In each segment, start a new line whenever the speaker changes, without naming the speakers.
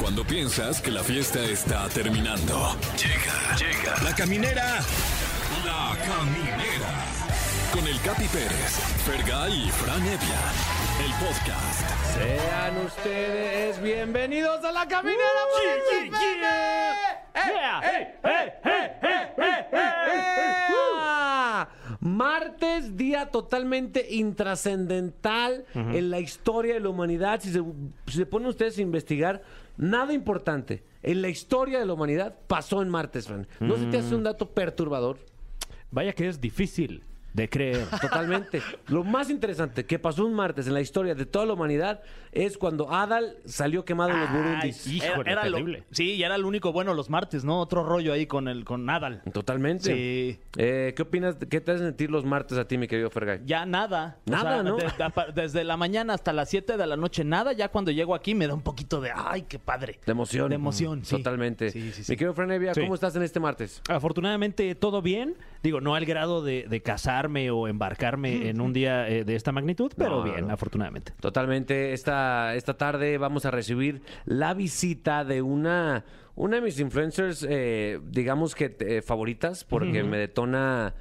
Cuando piensas que la fiesta está terminando. Llega, llega. La caminera. La caminera. Con el Capi Pérez, Fergay y Fran Evia. El podcast.
Sean ustedes bienvenidos a la caminera por el FM. ¡Eh, eh, eh, eh, eh, eh! Martes, día totalmente intrascendental en la historia de la humanidad. Si se, si se ponen ustedes a investigar, nada importante en la historia de la humanidad pasó en martes, Fran. ¿No se te hace un dato perturbador?
Vaya que es difícil de creer.
Totalmente. Lo más interesante que pasó un martes en la historia de toda la humanidad es cuando Adal salió quemado en los Burundis.
Ay, híjole,
lo-
terrible.
sí, y era el único bueno los martes, ¿no? Otro rollo ahí con el con Nadal.
Totalmente.
Sí.
Eh, ¿Qué opinas? ¿Qué te hace sentir los martes a ti, mi querido Fergay?
Ya nada.
Nada, ¿no?
de- a pa- desde la mañana hasta las 7 de la noche, nada. Ya cuando llego aquí me da un poquito de, ay, qué padre.
De emoción.
De emoción, sí.
Totalmente.
Sí, sí, sí.
Mi querido Franevia,
Sí.
¿cómo estás en este martes?
Afortunadamente todo bien, digo, no al grado de, de casarme o embarcarme en un día eh, de esta magnitud, pero
No, no,
bien,
no.
afortunadamente.
Totalmente. Esta, esta tarde vamos a recibir la visita de una, una de mis influencers, eh, digamos que eh, favoritas, porque me detona,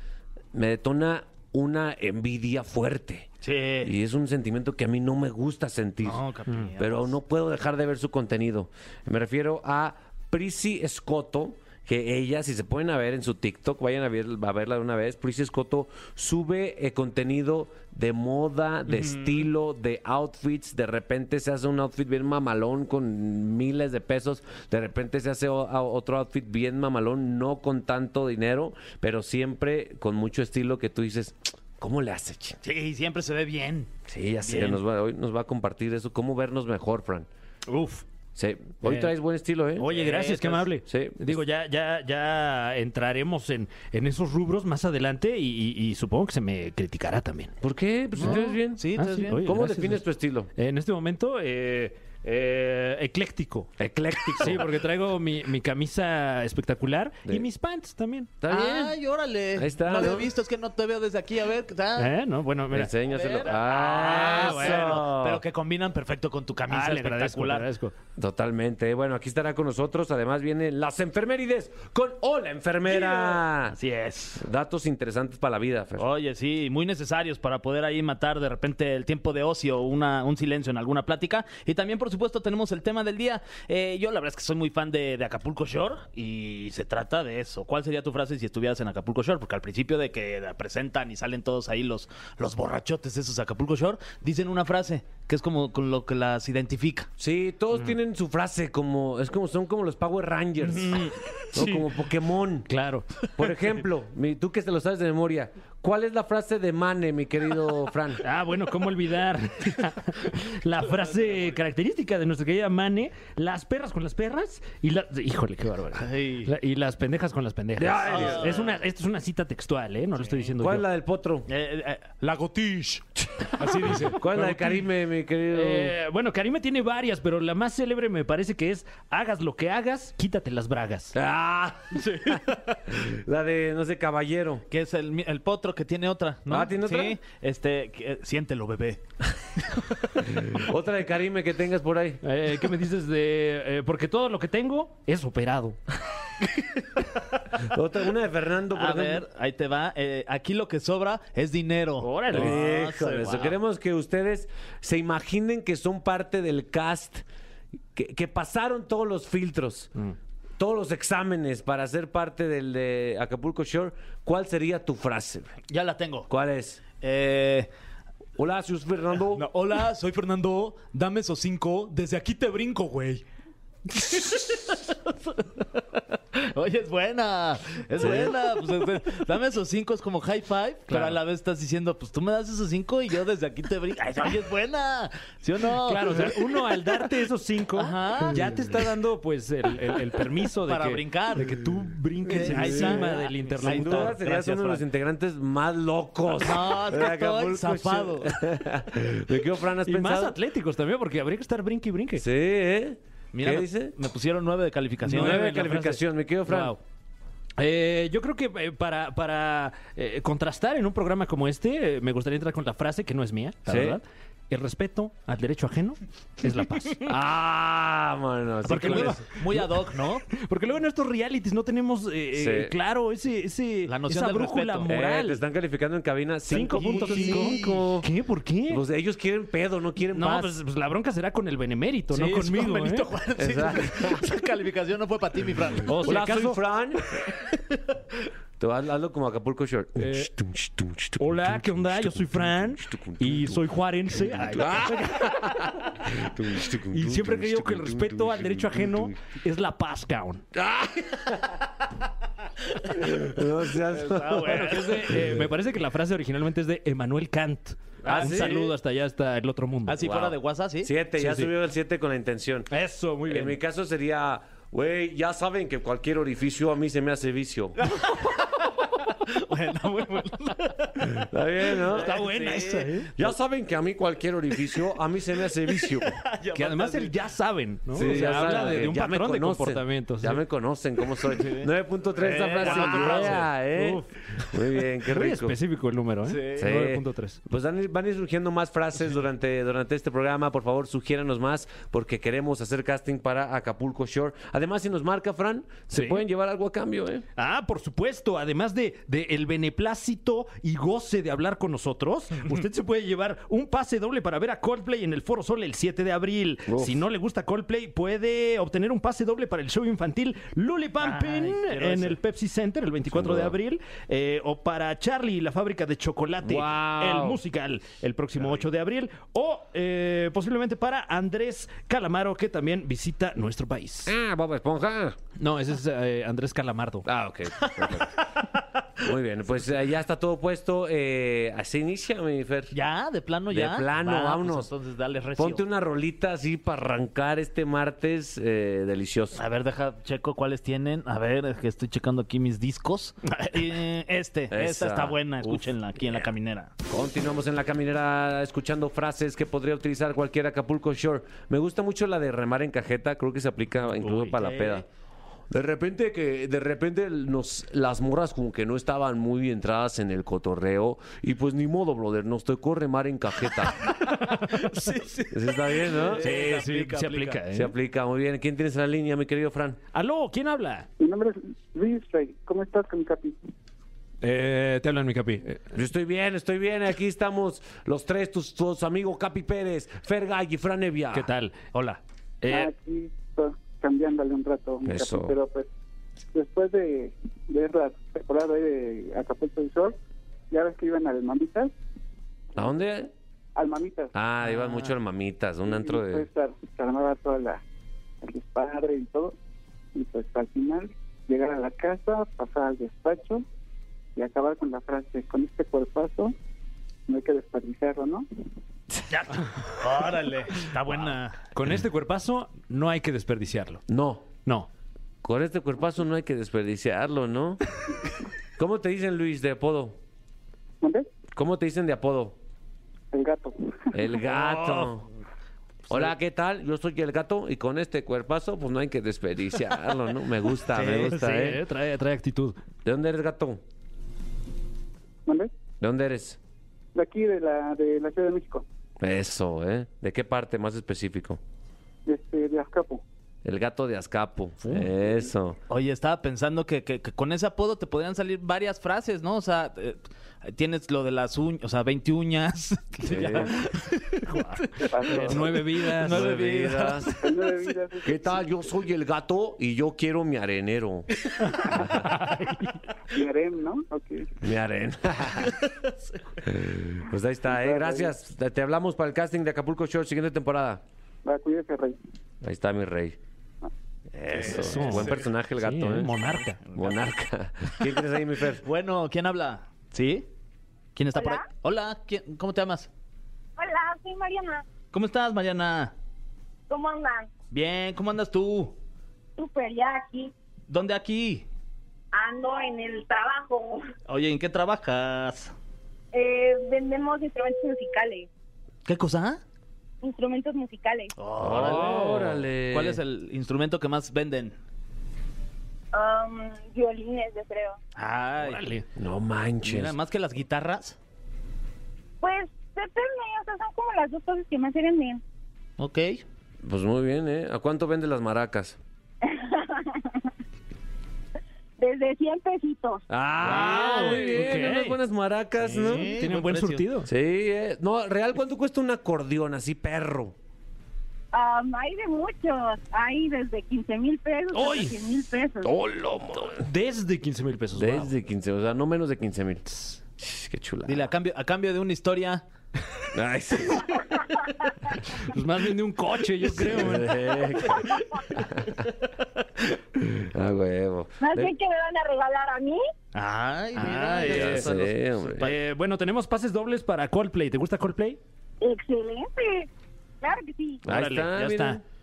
me detona una envidia fuerte.
Sí.
Y es un sentimiento que a mí no me gusta sentir.
Eh, No, Capi,
Mm. pero no puedo dejar de ver su contenido. Me refiero a Prissy Escoto. Que ella, si se pueden a ver en su TikTok, vayan a, ver- a verla de una vez. Prissy Escoto sube eh, contenido de moda, de estilo, de outfits. De repente se hace un outfit bien mamalón con miles de pesos. De repente se hace o- a- otro outfit bien mamalón, no con tanto dinero, pero siempre con mucho estilo que tú dices, ¿cómo le hace, ching?
Sí, siempre se ve bien.
Sí, ya sé,
Bien.
nos va, hoy nos va a compartir eso, cómo vernos mejor, Fran.
Uf.
Sí, hoy
Bien.
traes buen estilo, ¿eh?
Oye, gracias, qué amable.
Sí.
Digo, ya, ya, ya entraremos en, en esos rubros más adelante y, y- y supongo que se me criticará también.
¿Por qué? Pues si te ves bien.
Sí,
Ah,
estás
sí,
bien.
oye,
¿Cómo
gracias.
defines tu estilo?
En este momento, eh, eh, ecléctico.
Ecléctico.
Sí, porque traigo mi, mi camisa espectacular
De-
y mis pants también.
Está bien.
Ay, órale.
Ahí está,
No lo
¿no?
he visto, es que no te veo desde aquí. A ver, ¿qué tal?
¿Eh? No, bueno, mira.
Enséñaselo.
Espera.
Ah,
Ah, bueno.
eso.
Pero que combinan perfecto con tu camisa
Ah, le agradezco, le
espectacular.
agradezco.
Totalmente. Bueno, aquí estará con nosotros. Además, vienen las enfermerides con Hola Enfermera.
Así es.
Datos interesantes para la vida,
Oh.
Fer.
Oye, sí, muy necesarios para poder ahí matar de repente el tiempo de ocio o una, un silencio en alguna plática. Y también, por supuesto, tenemos el tema del día. Eh, yo la verdad es que soy muy fan de, de Acapulco Shore y se trata de eso. ¿Cuál sería tu frase si estuvieras en Acapulco Shore? Porque al principio de que la presentan y salen todos ahí los, los borrachotes esos de Acapulco Shore, dicen una frase que es como con lo que las identifica.
Sí, todos
Mm.
tienen su frase como es como son como los Power Rangers,
Mm.
¿no? como Pokémon.
Claro.
Por ejemplo, mi- tú que te lo sabes de memoria, ¿cuál es la frase de Mane, mi querido Fran?
Ah, bueno, ¿cómo olvidar la frase característica de nuestra querida Mane? Las perras con las perras y la... Híjole, qué bárbaro.
Ay.
La- y las pendejas con las pendejas.
Ay,
Dios.
es una, esto es una cita textual, ¿eh? No lo estoy diciendo
¿Cuál
yo.
es la del potro?
Eh, eh, la gotiche.
Así dice.
¿Cuál es la de Karime, mi querido?
Eh, bueno, Karime tiene varias, pero la más célebre me parece que es hagas lo que hagas, quítate las bragas.
Ah, la de, no sé, caballero.
Que es el, mi- el potro que tiene otra, ¿no?
Ah, ¿tiene otra?
Sí, este, que- eh, siéntelo, bebé.
Otra de Karime que tengas por ahí.
Eh, ¿Qué me dices de...? eh, porque todo lo que tengo es operado.
Otra, una de Fernando, por
A
ejemplo.
ver, ahí te va. Eh, aquí lo que sobra es dinero.
Órale.
Ah,
Híjole,
se
eso.
va.
Queremos que ustedes se imaginen que son parte del cast, que, que pasaron todos los filtros, todos los exámenes para ser parte del de Acapulco Shore. ¿Cuál sería tu frase?
Ya la tengo.
¿Cuál es?
Eh,
Hola, soy Fernando.
no, hola, soy Fernando. Dame esos cinco. Desde aquí te brinco, güey. Oye, es buena. Es buena. Pues, este, dame esos cinco. Es como high five. Pero a la vez estás diciendo, pues tú me das esos cinco y yo desde aquí te brinco. Ay, Oye, es buena. ¿Sí o no?
Claro, o sea, uno al darte esos cinco,
Ajá.
ya te está dando pues el, el- el permiso de
Para
que,
brincar.
de que tú brinques
Eh, ahí
encima
está.
del
Sin duda
interlocutor.
serías
Gracias,
uno de los
Fran.
integrantes más locos.
No, es que
de
estoy
Acapulco
zafado.
Shore. ¿De qué, Fran, has
Y más
pensado?
atléticos también, porque habría que estar brinque y brinque.
Sí, ¿eh?
Mira,
¿Qué
me-
dice?
Me pusieron nueve de calificación.
Nueve de
en la
calificación,
frase.
me quedo, Fran.
Wow. Eh, yo creo que eh, para, para eh, contrastar en un programa como este, eh, me gustaría entrar con la frase que no es mía, la
Sí.
verdad. El respeto al derecho ajeno es la paz.
Ah, Vámonos.
Porque
híjole.
muy, muy ad hoc, ¿no?
Porque luego en estos realities no tenemos eh,
Sí.
claro ese, ese,
La noción
esa
del
brújula
respeto.
Eh,
moral.
te están calificando en cabina 5.5.
5.5. ¿Qué? ¿Por qué?
Pues ellos quieren pedo, no quieren
no,
paz.
pues, pues la bronca será con el benemérito, no
Sí, es
conmigo.
con Benito
¿eh?
Juárez, sí.
Exacto.
Esa calificación no fue para ti, mi Fran.
O si
Hola, soy
acaso-
Fran. Tú haz- hazlo como Acapulco Short.
Eh, Hola, ¿qué onda? Yo soy Fran y soy juarense. Ay, Y siempre he creído que el respeto al derecho ajeno es la paz, caón.
No seas-
Ah,
Bueno, que es de, eh, me parece que la frase originalmente es de Emmanuel Kant.
Ah,
Un
¿sí? Ah,
saludo hasta allá, hasta el otro mundo.
Así
Wow.
fuera de WhatsApp, ¿sí?
Siete, ya
Sí, sí.
subió el 7 con la intención.
Eso, muy
En mi
bien.
caso sería, güey, ya saben que cualquier orificio a mí se me hace vicio.
Bueno, muy bueno.
Está bien, ¿no?
Está buena
Sí.
esa, ¿eh?
Ya saben que a mí cualquier orificio a mí se me hace vicio.
Que además el ya saben, ¿no?
Sí,
O sea,
ya
habla
saben,
de, de un
ya me
patrón de
conocen,
comportamiento.
Ya
sí.
me conocen cómo soy. 9.3 esa frase.
Eh, buena
Yeah,
frase.
eh.
Uf.
Muy bien, qué
Muy
rico.
específico el número, ¿eh?
Sí.
9.3.
Pues van, a ir- van a ir surgiendo más frases durante, durante este programa. Por favor, sugiéranos más porque queremos hacer casting para Acapulco Shore. Además, si nos marca, Fran, se
Sí.
pueden llevar algo a cambio, ¿eh?
Ah, por supuesto. Además de, de el beneplácito y goce de hablar con nosotros, usted se puede llevar un pase doble para ver a Coldplay en el Foro Sol el 7 de abril.
Uf.
Si no le gusta Coldplay, puede obtener un pase doble para el show infantil Lulipampin
quiero
en
ese.
el Pepsi Center el 24
Sin
de
duda.
abril eh, o para Charlie y la fábrica de chocolate
Guau.
el musical el próximo 8 de abril o eh, posiblemente para Andrés Calamaro que también visita nuestro país.
Ah, Bob Esponja.
No, ese es eh, Andrés Calamardo.
Ah, ok. perfecto. Muy bien, pues eh, ya está todo puesto. Eh, así inicia, mi Fer.
¿Ya? ¿De plano
De
ya?
plano,
Va, pues
vámonos.
entonces dale recio.
Ponte una rolita así para arrancar este martes eh, delicioso.
A ver, deja checo cuáles tienen. A ver, es que estoy checando aquí mis discos. Eh, este,
Esa.
esta está buena.
Uf.
Escúchenla aquí en la caminera.
Continuamos en la caminera escuchando frases que podría utilizar cualquier Acapulco Shore. Me gusta mucho la de remar en cajeta, creo que se aplica incluso
Uy,
para la
¿qué?
peda. De repente que de repente nos las morras como que no estaban muy entradas en el cotorreo y pues ni modo, brother, nos tocó remar en cajeta.
Sí, sí.
Eso está bien, ¿no?
Sí,
Sí,
se
sí,
aplica,
se
aplica.
aplica. ¿eh?
Se aplica muy bien. ¿Quién tienes en la línea, mi querido Fran?
Aló, ¿quién habla?
Mi nombre es Luis Rey. ¿Cómo estás, con mi capi?
Eh, te hablan, mi capi.
Yo estoy bien, estoy bien. Aquí estamos los tres, tus, tus amigos Capi Pérez, Fer Gay y Fran Evia.
¿Qué tal? Hola. Eh,
Aquí pues, cambiándole un rato. mi
Eso.
Capi, pero pues después de, de la temporada ahí de Acapulco del Sol, ya ves que iban al Mamitas.
¿A dónde?
Al Mamitas.
Ah, iban mucho al Mamitas, un antro
Y,
de...
pues, se- se armaba toda la, el despadre y todo. Y pues al final, llegar a la casa, pasar al despacho y acabar con la frase, con este cuerpazo, no hay que desperdiciarlo, ¿no?
Ah,
Órale, está buena.
con este cuerpazo no hay que desperdiciarlo.
No,
No.
con este cuerpazo no hay que desperdiciarlo, ¿no? ¿Cómo te dicen, Luis, de apodo?
¿Dónde?
¿Cómo te dicen de apodo?
El gato.
El gato. Hola, ¿qué tal? Yo soy el gato y con este cuerpazo, pues no hay que desperdiciarlo, ¿no? Me gusta, me gusta,
Sí,
¿eh?
eh, Trae, trae actitud.
¿De dónde eres, gato?
¿Dónde?
¿De dónde eres?
De aquí, de la, de la Ciudad de México.
Eso, ¿eh? ¿De qué parte más específico?
Este, de Azcapo.
El gato de Azcapo. Eso.
Oye, estaba pensando que, que- que con ese apodo te podrían salir varias frases, ¿no? O sea, eh, tienes lo de las uñas, o sea, 20 uñas.
Sí.
Paso.
Eh, Nueve vidas.
Nueve
Nueve vidas.
Nueve vidas.
¿Qué tal? Yo soy el gato y yo quiero mi arenero.
Y harem, ¿no? Ok.
Mi arena. pues ahí está, ¿eh? Gracias. Te te hablamos para el casting de Acapulco Shore, siguiente temporada.
Va, cuídese, rey.
Ahí está mi rey. Eso.
Eso.
Buen personaje el gato,
Sí, eh,
¿eh?
Monarca.
Monarca. ¿Quién tienes ahí, mi Fer?
Bueno, ¿quién habla? ¿Sí? ¿Quién está por
Hola.
ahí? Hola, ¿quién- ¿cómo te llamas?
Hola, soy Mariana.
¿Cómo estás, Mariana?
¿Cómo andan?
Bien, ¿cómo andas tú?
Súper, ya aquí.
¿Dónde aquí?
Ando en el trabajo.
Oye, ¿en qué trabajas?
Eh, vendemos instrumentos musicales.
¿Qué cosa?
Instrumentos musicales.
Órale.
¿Cuál es el instrumento que más venden?
Um, violines, yo creo.
Ay,
Órale.
No manches.
mira, más que las guitarras.
Pues depende, o sea, son como las dos cosas que más sirven bien.
Ok.
Pues muy bien, ¿eh? ¿A cuánto venden las maracas?
Desde 100 pesitos.
Ah,
Wow,
muy bien,
ok.
unas buenas maracas, ¿no?
¿Eh?
Sí,
Tiene un buen
precio.
surtido.
eh. no, real, ¿cuánto cuesta un acordeón así, perro?
Am, Um, hay de muchos. Hay desde 15 mil pesos hasta
¡Ay! Oh,
100 mil pesos.
Desde 15 mil pesos. wow.
Desde 15, o sea, no menos de 15 mil. Qué chula.
Dile, a cambio, a cambio de una historia.
Ay, sí.
Pues más bien de un coche, yo creo.
¿eh?
man.
ah, huevo.
Más
De-
bien que me van a regalar a mí.
Ay,
mira,
mira,
ya
ya son los-
sé, hombre.
Eh, bueno, tenemos pases dobles para Coldplay. ¿Te gusta Coldplay?
Excelente. Claro que sí.
Ahí
Órale,
está,
ya
mira.
está. Oh.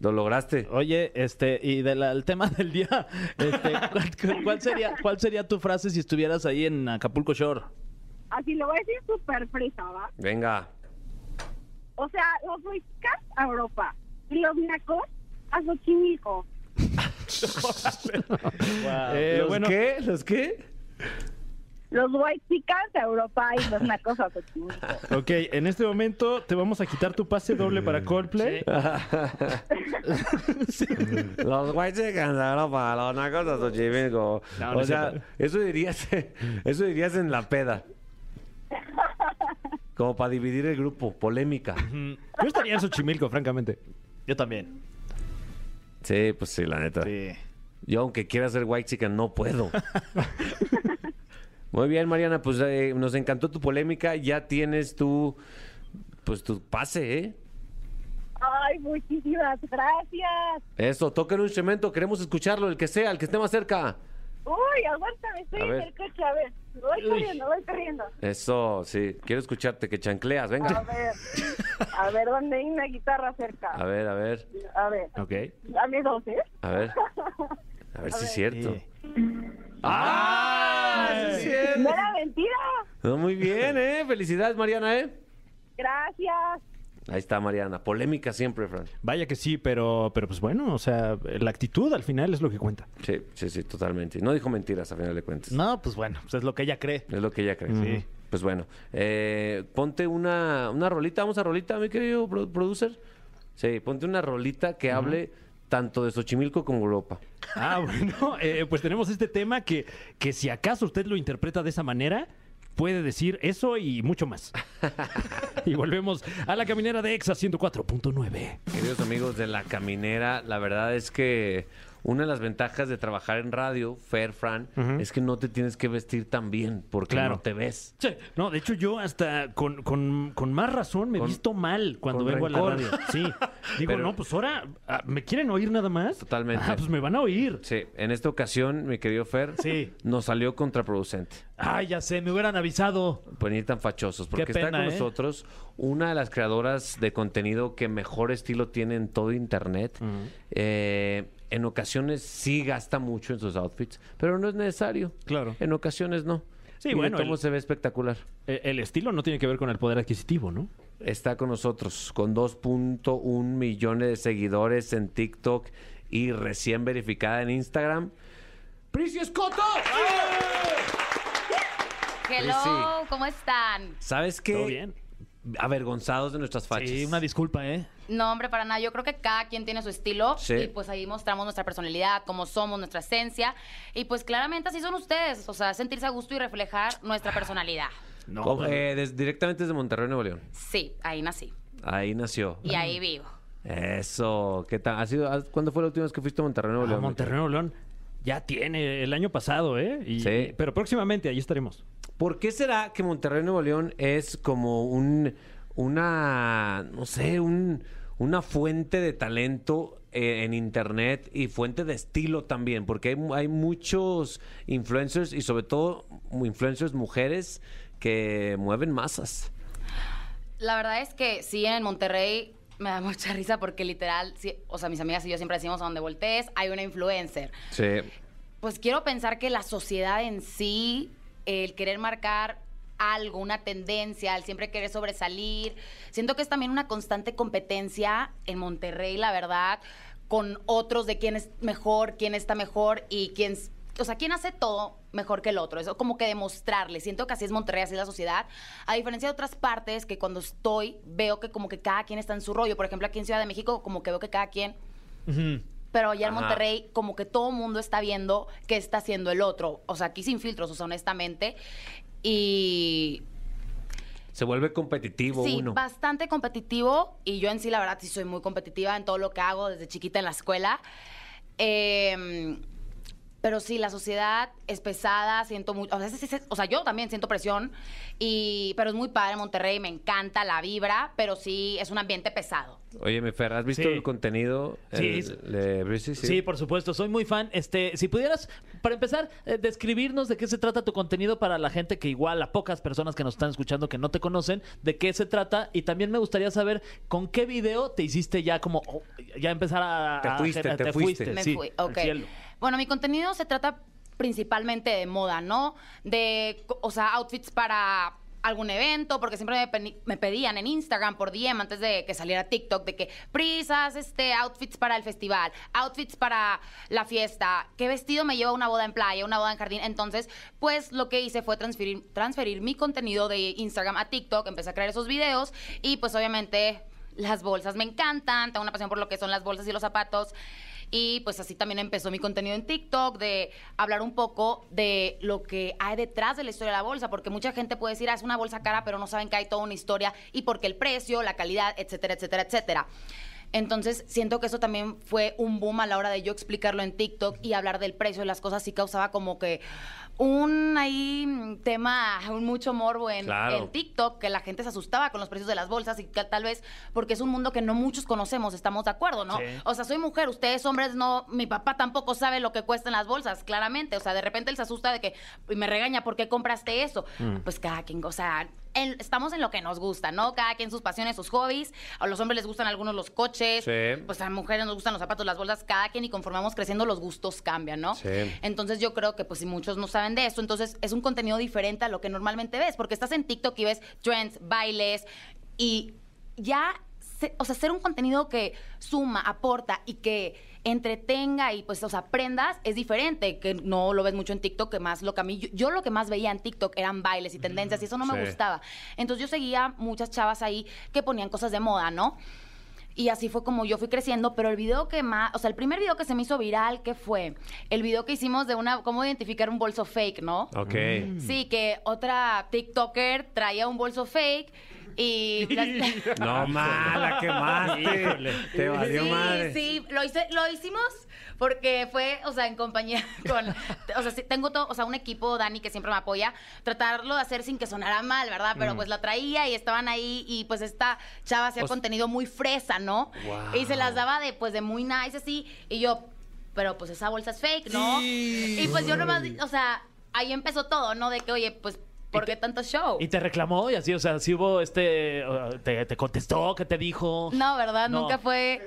Lo lograste.
Oye, este, y del al tema del día, este, ¿cuál, cu- cuál sería, ¿cuál sería tu frase si estuvieras ahí en Acapulco Shore?
Así lo voy a decir súper fresa, ¿va?
Venga.
O sea, los mexicanos a Europa y los nacos a Xochimilco.
Eh, bueno,
qué? ¿Los qué?
Los white chicas a Europa y los nacos a Xochimilco.
ok, en este momento te vamos a quitar tu pase doble para Coldplay.
Los whites de Europa, los nacos de Xochimilco.
No, no
o
es
sea,
cierto.
eso dirías, eso dirías en la peda. Como para dividir el grupo, polémica.
Mm, Yo estaría en Xochimilco, francamente.
Yo también.
Sí, pues sí, la neta.
Sí.
Yo, aunque quiera ser white chicken, no puedo. Muy bien, Mariana, pues eh, nos encantó tu polémica. Ya tienes tu, pues tu pase, ¿eh?
Ay, muchísimas gracias.
Eso, toquen un instrumento, queremos escucharlo, el que sea, el que esté más cerca.
Uy, aguántame, estoy
A
en
ver.
el coche, a ver. Voy corriendo, voy corriendo.
Eso, sí, quiero escucharte, que chancleas,
A
venga.
ver, a ver, ¿dónde hay una guitarra cerca?
A ver, a ver,
A ver,
Ok.
dame dos, ¿eh?
a ver. A ver si es cierto. ¡Ah!
No era mentira.
No, muy bien, ¿eh? Felicidades, Mariana, ¿eh?
Gracias.
Ahí está, Mariana. Polémica siempre, Fran.
Vaya que sí, pero, pero pues bueno, o sea, la actitud al final es lo que cuenta.
Sí, sí, sí, totalmente. No dijo mentiras, a final de cuentas.
No, pues bueno, pues es lo que ella cree.
Es lo que ella cree.
Sí.
Pues bueno, eh, ponte una, una rolita, vamos a rolita, mi querido pro- producer. Sí, ponte una rolita que hable tanto de Xochimilco como Europa.
Ah, bueno, eh, pues tenemos este tema que, que si acaso usted lo interpreta de esa manera, puede decir eso y mucho más. y volvemos a la caminera de Exa 104.9.
Queridos amigos de La Caminera, la verdad es que una de las ventajas de trabajar en radio, Fair Fran, es que no te tienes que vestir tan bien porque
Claro.
no te ves.
Sí, No, de hecho yo hasta con, con- con más razón me he
Con-
visto mal cuando
con
vengo a
rencor.
la radio. Sí. Digo,
Pero-
no, pues ahora, ah, ¿me quieren oír nada más?
Totalmente.
Ah, pues me van a oír.
Sí, en esta ocasión, mi querido Fer,
Sí.
nos salió contraproducente.
Ay, ya sé, me hubieran avisado.
por venir tan fachosos, porque está
pena,
con
¿eh?
nosotros una de las creadoras de contenido que mejor estilo tiene en todo internet. Eh, en ocasiones sí gasta mucho en sus outfits, pero no es necesario.
Claro.
En ocasiones no.
Sí,
Y de
bueno,
todos
el-
modos se ve espectacular.
Eh, El estilo no tiene que ver con el poder adquisitivo, ¿no?
Está con nosotros con 2.1 millones de seguidores en TikTok y recién verificada en Instagram. ¡Prisi Escoto!
Hello, ¿cómo están?
¿Sabes qué?
Todo bien.
Avergonzados de nuestras fachas.
Sí, una disculpa, ¿eh?
No, hombre, para nada. Yo creo que cada quien tiene su estilo
Sí.
y pues ahí mostramos nuestra personalidad, cómo somos, nuestra esencia y pues claramente así son ustedes, o sea, sentirse a gusto y reflejar nuestra personalidad.
Como,
pues,
eh, des- directamente desde Monterrey, Nuevo León.
Sí, ahí nací
Ahí nació.
y ahí vivo.
Eso, ¿qué tal? ¿Ha sido, has- ¿Cuándo fue la última vez que fuiste a Monterrey Nuevo
Ah,
León?
Monterrey Nuevo León ya tiene el año pasado, ¿eh? Y-
Sí.
y- Pero próximamente ahí estaremos.
¿Por qué será que Monterrey Nuevo León es como un, una, no sé, un, una fuente de talento eh, en internet y fuente de estilo también? Porque hay, mu- hay muchos influencers y sobre todo influencers mujeres que mueven masas.
La verdad es que sí, en Monterrey me da mucha risa porque literal, sí, o sea, mis amigas y yo siempre decimos a donde voltees hay una influencer.
Sí.
Pues quiero pensar que la sociedad en sí, el querer marcar algo, una tendencia, el siempre querer sobresalir, siento que es también una constante competencia en Monterrey, la verdad, con otros de quién es mejor, quién está mejor y quién s- o sea, ¿quién hace todo mejor que el otro? Eso como que demostrarle. Siento que así es Monterrey, así es la sociedad. A diferencia de otras partes que cuando estoy veo que como que cada quien está en su rollo. Por ejemplo, aquí en Ciudad de México como que veo que cada quien... Pero allá en
Ajá.
Monterrey como que todo mundo está viendo qué está haciendo el otro. O sea, aquí sin filtros, o sea, honestamente. Y
Se vuelve competitivo
Sí,
uno.
bastante competitivo y yo en sí, la verdad, sí soy muy competitiva en todo lo que hago desde chiquita en la escuela. Eh, pero sí, la sociedad es pesada, siento mucho, o sea, sí se- o sea, yo también siento presión, y, pero es muy padre Monterrey, me encanta la vibra, pero sí es un ambiente pesado.
Oye, mi Fer, ¿has visto
Sí.
el contenido
Sí.
el- de Breezy?
Sí, por supuesto, soy muy fan. Este, si pudieras, para empezar, eh, describirnos de qué se trata tu contenido para la gente que igual, a pocas personas que nos están escuchando que no te conocen, de qué se trata. Y también me gustaría saber con qué video te hiciste ya como, oh, ya empezar a...
Te
a-
fuiste,
a-
te fuiste.
Me
sí,
fui,
al
ok.
cielo.
Bueno, mi contenido se trata principalmente de moda, ¿no? De, co- o sea, outfits para algún evento, porque siempre me, peni- me pedían en Instagram por DM antes de que saliera TikTok de que prisas, este, outfits para el festival, outfits para la fiesta, qué vestido me lleva a una boda en playa, una boda en jardín. Entonces, pues lo que hice fue transferir, transferir mi contenido de Instagram a TikTok, empecé a crear esos videos y pues obviamente las bolsas me encantan, tengo una pasión por lo que son las bolsas y los zapatos. Y pues así también empezó mi contenido en TikTok de hablar un poco de lo que hay detrás de la historia de la bolsa, porque mucha gente puede decir, ah, es una bolsa cara, pero no saben que hay toda una historia y porque el precio, la calidad, etcétera, etcétera, etcétera. Entonces, siento que eso también fue un boom a la hora de yo explicarlo en TikTok y hablar del precio de las cosas, sí causaba como que un ahí mm, tema, un mucho morbo en,
Claro.
en TikTok, que la gente se asustaba con los precios de las bolsas y que tal vez porque es un mundo que no muchos conocemos, estamos de acuerdo, ¿no? O sea, soy mujer, ustedes hombres no, mi papá tampoco sabe lo que cuestan las bolsas, claramente, o sea, de repente él se asusta de que y me regaña, ¿por qué compraste eso? Pues cada quien, o sea, en- estamos en lo que nos gusta, ¿no? Cada quien sus pasiones, sus hobbies, a los hombres les gustan algunos los coches,
Sí.
pues a las mujeres nos gustan los zapatos, las bolsas, cada quien y conforme vamos creciendo los gustos cambian, ¿no?
Sí.
Entonces yo creo que pues si muchos no saben de esto, entonces es un contenido diferente a lo que normalmente ves, porque estás en TikTok y ves trends, bailes y ya, se- o sea, hacer un contenido que suma, aporta y que entretenga y pues, o sea, aprendas es diferente, que no lo ves mucho en TikTok, que más lo que a mí, yo, yo lo que más veía en TikTok eran bailes y tendencias y eso no
sí.
me gustaba. Entonces yo seguía muchas chavas ahí que ponían cosas de moda, ¿no? Y así fue como yo fui creciendo, pero el video que más, o sea, el primer video que se me hizo viral, ¿qué fue? El video que hicimos de una, cómo identificar un bolso fake, ¿no?
Ok.
Sí, que otra TikToker traía un bolso fake y...
Ah,
No, mala, quemaste. Te valió
sí,
madre.
sí, lo, hice- lo hicimos porque fue, o sea, en compañía con, o sea, sí, tengo todo, o sea, un equipo, Dani, que siempre me apoya, tratarlo de hacer sin que sonara mal, ¿verdad? Pero pues la traía y estaban ahí y pues esta chava hacía
Mm. O s-
contenido muy fresa, ¿no?
Wow.
Y se las daba de, pues de muy nice así y yo, pero pues esa bolsa es fake, ¿no? Y pues yo nomás, o sea, ahí empezó todo, ¿no? De que, oye, pues, ¿por qué tanto show?
Y te reclamó y así, o sea, si hubo este, uh, te, te contestó, que te dijo.
No, ¿verdad?
No.
Nunca fue.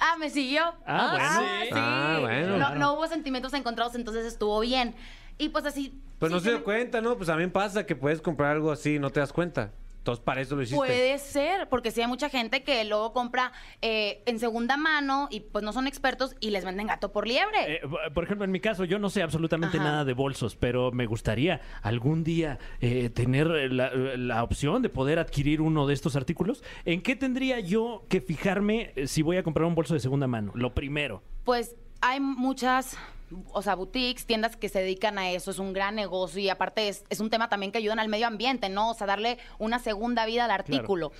Ah, me siguió.
Ah, bueno.
sí.
Ah, bueno.
No, no hubo sentimientos encontrados, entonces estuvo bien. Y pues así.
Pues no se dio
simplemente-
cuenta, ¿no? Pues también pasa que puedes comprar algo así y no te das cuenta. Entonces, para eso lo hiciste.
Puede ser, porque sí hay mucha gente que luego compra eh, en segunda mano y pues no son expertos y les venden gato por liebre.
Eh, por ejemplo, en mi caso, yo no sé absolutamente
Ajá.
nada de bolsos, pero me gustaría algún día eh, tener eh, la, la opción de poder adquirir uno de estos artículos. ¿En qué tendría yo que fijarme eh, si voy a comprar un bolso de segunda mano? Lo primero.
Pues hay muchas, o sea, boutiques, tiendas que se dedican a eso, es un gran negocio y aparte es, es un tema también que ayudan al medio ambiente, ¿no? O sea, darle una segunda vida al artículo.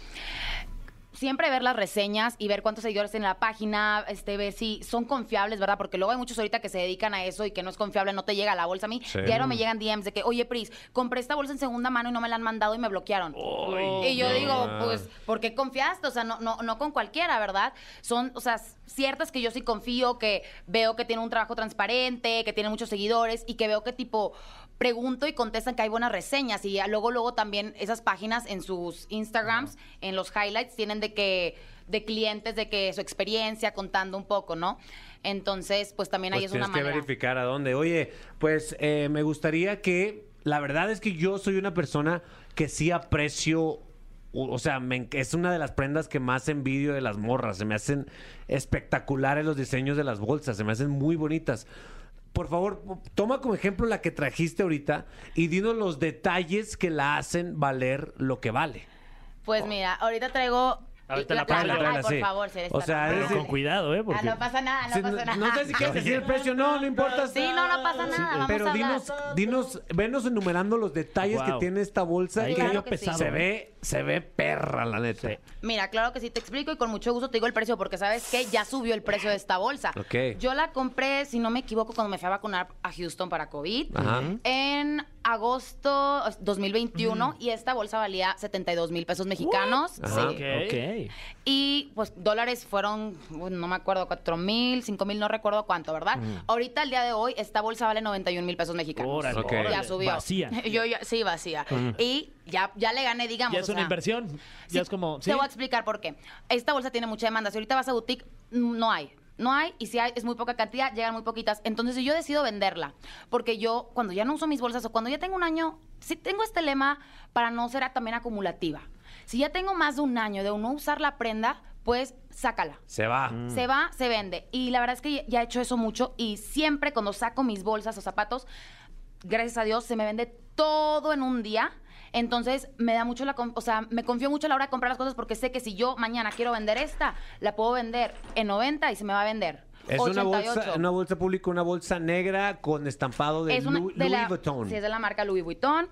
Siempre ver las reseñas y ver cuántos seguidores tiene la página, este, ver si son confiables, ¿verdad? Porque luego hay muchos ahorita que se dedican a eso y que no es confiable, no te llega la bolsa a mí.
Sí.
Diario me llegan DMs de que, oye, Pris, compré esta bolsa en segunda mano y no me la han mandado y me bloquearon. Y yo
no.
digo, pues, ¿por qué confiaste? O sea, no, no, no con cualquiera, ¿verdad? Son, o sea, ciertas que yo sí confío, que veo que tiene un trabajo transparente, que tiene muchos seguidores y que veo que tipo pregunto y contestan que hay buenas reseñas y ya luego luego también esas páginas en sus Instagrams, en los highlights tienen de que de clientes de que su experiencia contando un poco, ¿no? Entonces, pues también ahí
Pues
es una
tienes que
manera.
verificar a dónde. Oye, pues eh, me gustaría que. La verdad es que yo soy una persona que sí aprecio. O o sea, me en- es una de las prendas que más envidio de las morras. Se me hacen espectaculares los diseños de las bolsas. Se me hacen muy bonitas. por favor, toma como ejemplo la que trajiste ahorita y dinos los detalles que la hacen valer lo que vale.
Pues mira, ahorita traigo.
Ahorita la paso,
paso.
la
traen así.
por favor, Ceres,
O sea,
la-
es
Pero
decir-
con cuidado, ¿eh?
Ah,
Porque...
no pasa nada, no
Sí,
pasa nada.
no sé si quieres decir el precio, no, no importa.
Sí, no, no pasa nada, vamos
Pero
a hablar.
dinos, dinos, venos enumerando los detalles
Wow.
que tiene esta bolsa.
Ahí
que
cayó Claro que sí.
pesado.
Se ve, se ve perra, la neta.
Sí.
Mira, claro que sí, te explico y con mucho gusto te digo el precio porque sabes que ya subió el precio de esta bolsa.
Ok.
Yo la compré, si no me equivoco, cuando me fui a vacunar a Houston para COVID
Ajá.
en agosto 2021 y esta bolsa valía 72 mil pesos mexicanos.
What?
Sí.
Ajá.
Ok.
Y pues dólares fueron, uy, no me acuerdo, 4 mil, 5 mil, no recuerdo cuánto, ¿verdad? Ahorita, al día de hoy, esta bolsa vale 91 mil pesos mexicanos.
Órale,
Ok.
Ya
órale.
subió.
Vacía.
Yo, ya- sí, vacía. Y ya, ya le gané, digamos.
Ya es
o
una
sea,
inversión.
Sí,
Ya es como. ¿sí?
Te voy a explicar por qué. Esta bolsa tiene mucha demanda. Si ahorita vas a boutique, mm, no hay. No hay, y si hay, es muy poca cantidad, llegan muy poquitas. Entonces, si yo decido venderla, porque yo, cuando ya no uso mis bolsas o cuando ya tengo un año, sí tengo este lema para no ser a- también acumulativa. Si ya tengo más de un año de no usar la prenda, pues sácala.
Se va.
Mm.
Se va, se vende. Y la verdad es que ya he hecho eso mucho y siempre cuando saco mis bolsas o zapatos, gracias a Dios, se me vende todo en un día. Entonces me da mucho la, con- o sea, me confío mucho a la hora de comprar las cosas porque sé que si yo mañana quiero vender esta, la puedo vender en 90 y se me va a vender.
Es una
88.
bolsa, una bolsa pública, una bolsa negra con estampado de,
Es una-
Lu- Louis,
de la-
Vuitton.
sí, es de la marca Louis Vuitton,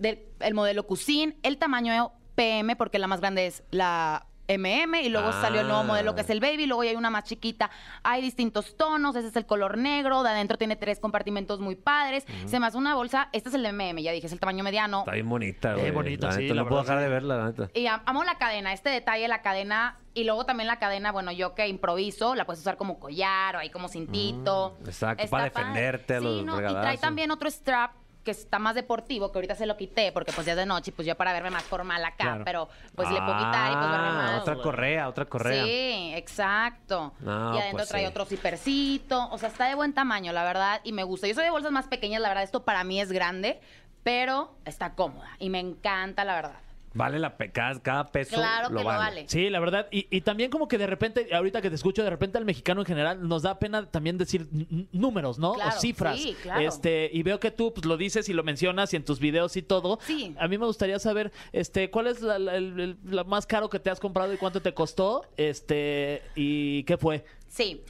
del el modelo Cuisine, el tamaño PM, porque la más grande es la MM, y luego
Ah.
salió el nuevo modelo que es el Baby, y luego ya hay una más chiquita. Hay distintos tonos, ese es el color negro, de adentro tiene tres compartimentos muy padres. Se me hace una bolsa, este es el MM, ya dije, es el tamaño mediano.
Está bien bonita, güey.
bonita,
La
sí,
neta,
la
no puedo
verdad,
dejar de verla, la neta.
Y am- amo la cadena, este detalle, la cadena, y luego también la cadena, bueno, yo que improviso, la puedes usar como collar o ahí como cintito.
Mm, exacto,
Está
para
padre.
defenderte a
Sí,
los
no, Y trae
regadazos.
también otro strap que está más deportivo, que ahorita se lo quité, porque pues ya es de noche, y pues ya para verme más formal acá,
Claro.
pero pues le puedo quitar y pues verme
Ah,
más.
Otra
güey.
correa, otra correa.
Sí, exacto.
No,
y adentro
pues
trae
sí.
otro cipercito. O sea, está de buen tamaño, la verdad, y me gusta. Yo soy de bolsas más pequeñas, la verdad, esto para mí es grande, pero está cómoda y me encanta, la verdad.
Vale la pe- cada, cada peso.
Claro
lo
que
vale.
lo vale.
Sí, la verdad. Y, y también como que de repente, ahorita que te escucho, de repente al mexicano en general nos da pena también decir n- n- números, ¿no?
Claro,
o cifras.
sí, claro.
Este, y veo que tú pues, lo dices y lo mencionas y en tus videos y todo.
Sí.
A mí me gustaría saber, este, ¿cuál es la, la- el- el- la más caro que te has comprado y cuánto te costó? Este, y qué fue.
Sí.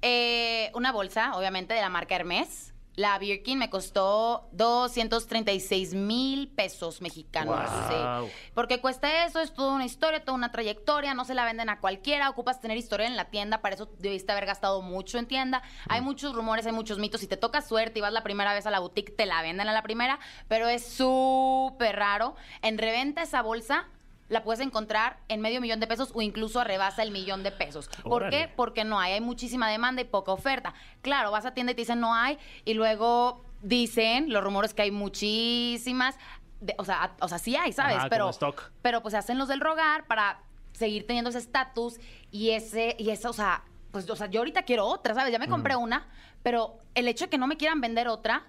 Eh, una bolsa, obviamente, de la marca Hermes. La Birkin me costó 236 mil pesos mexicanos.
Wow.
sí. Porque cuesta eso, es toda una historia, toda una trayectoria, no se la venden a cualquiera, ocupas tener historia en la tienda, para eso debiste haber gastado mucho en tienda. Hay muchos rumores, hay muchos mitos, si te toca suerte y vas la primera vez a la boutique, te la venden a la primera, pero es súper raro. En reventa esa bolsa la puedes encontrar en medio millón de pesos o incluso rebasa el millón de pesos. ¿Por
Órale.
qué? Porque no hay, hay muchísima demanda y poca oferta. Claro, vas a tienda y te dicen no hay y luego dicen los rumores que hay muchísimas, de- o, sea, a- o sea, sí hay, ¿sabes?
Ajá,
pero,
como stock.
pero pues se hacen los del rogar para seguir teniendo ese estatus y ese, y eso, o sea, pues, o sea, yo ahorita quiero otra, ¿sabes? Ya me compré una, pero el hecho de que no me quieran vender otra,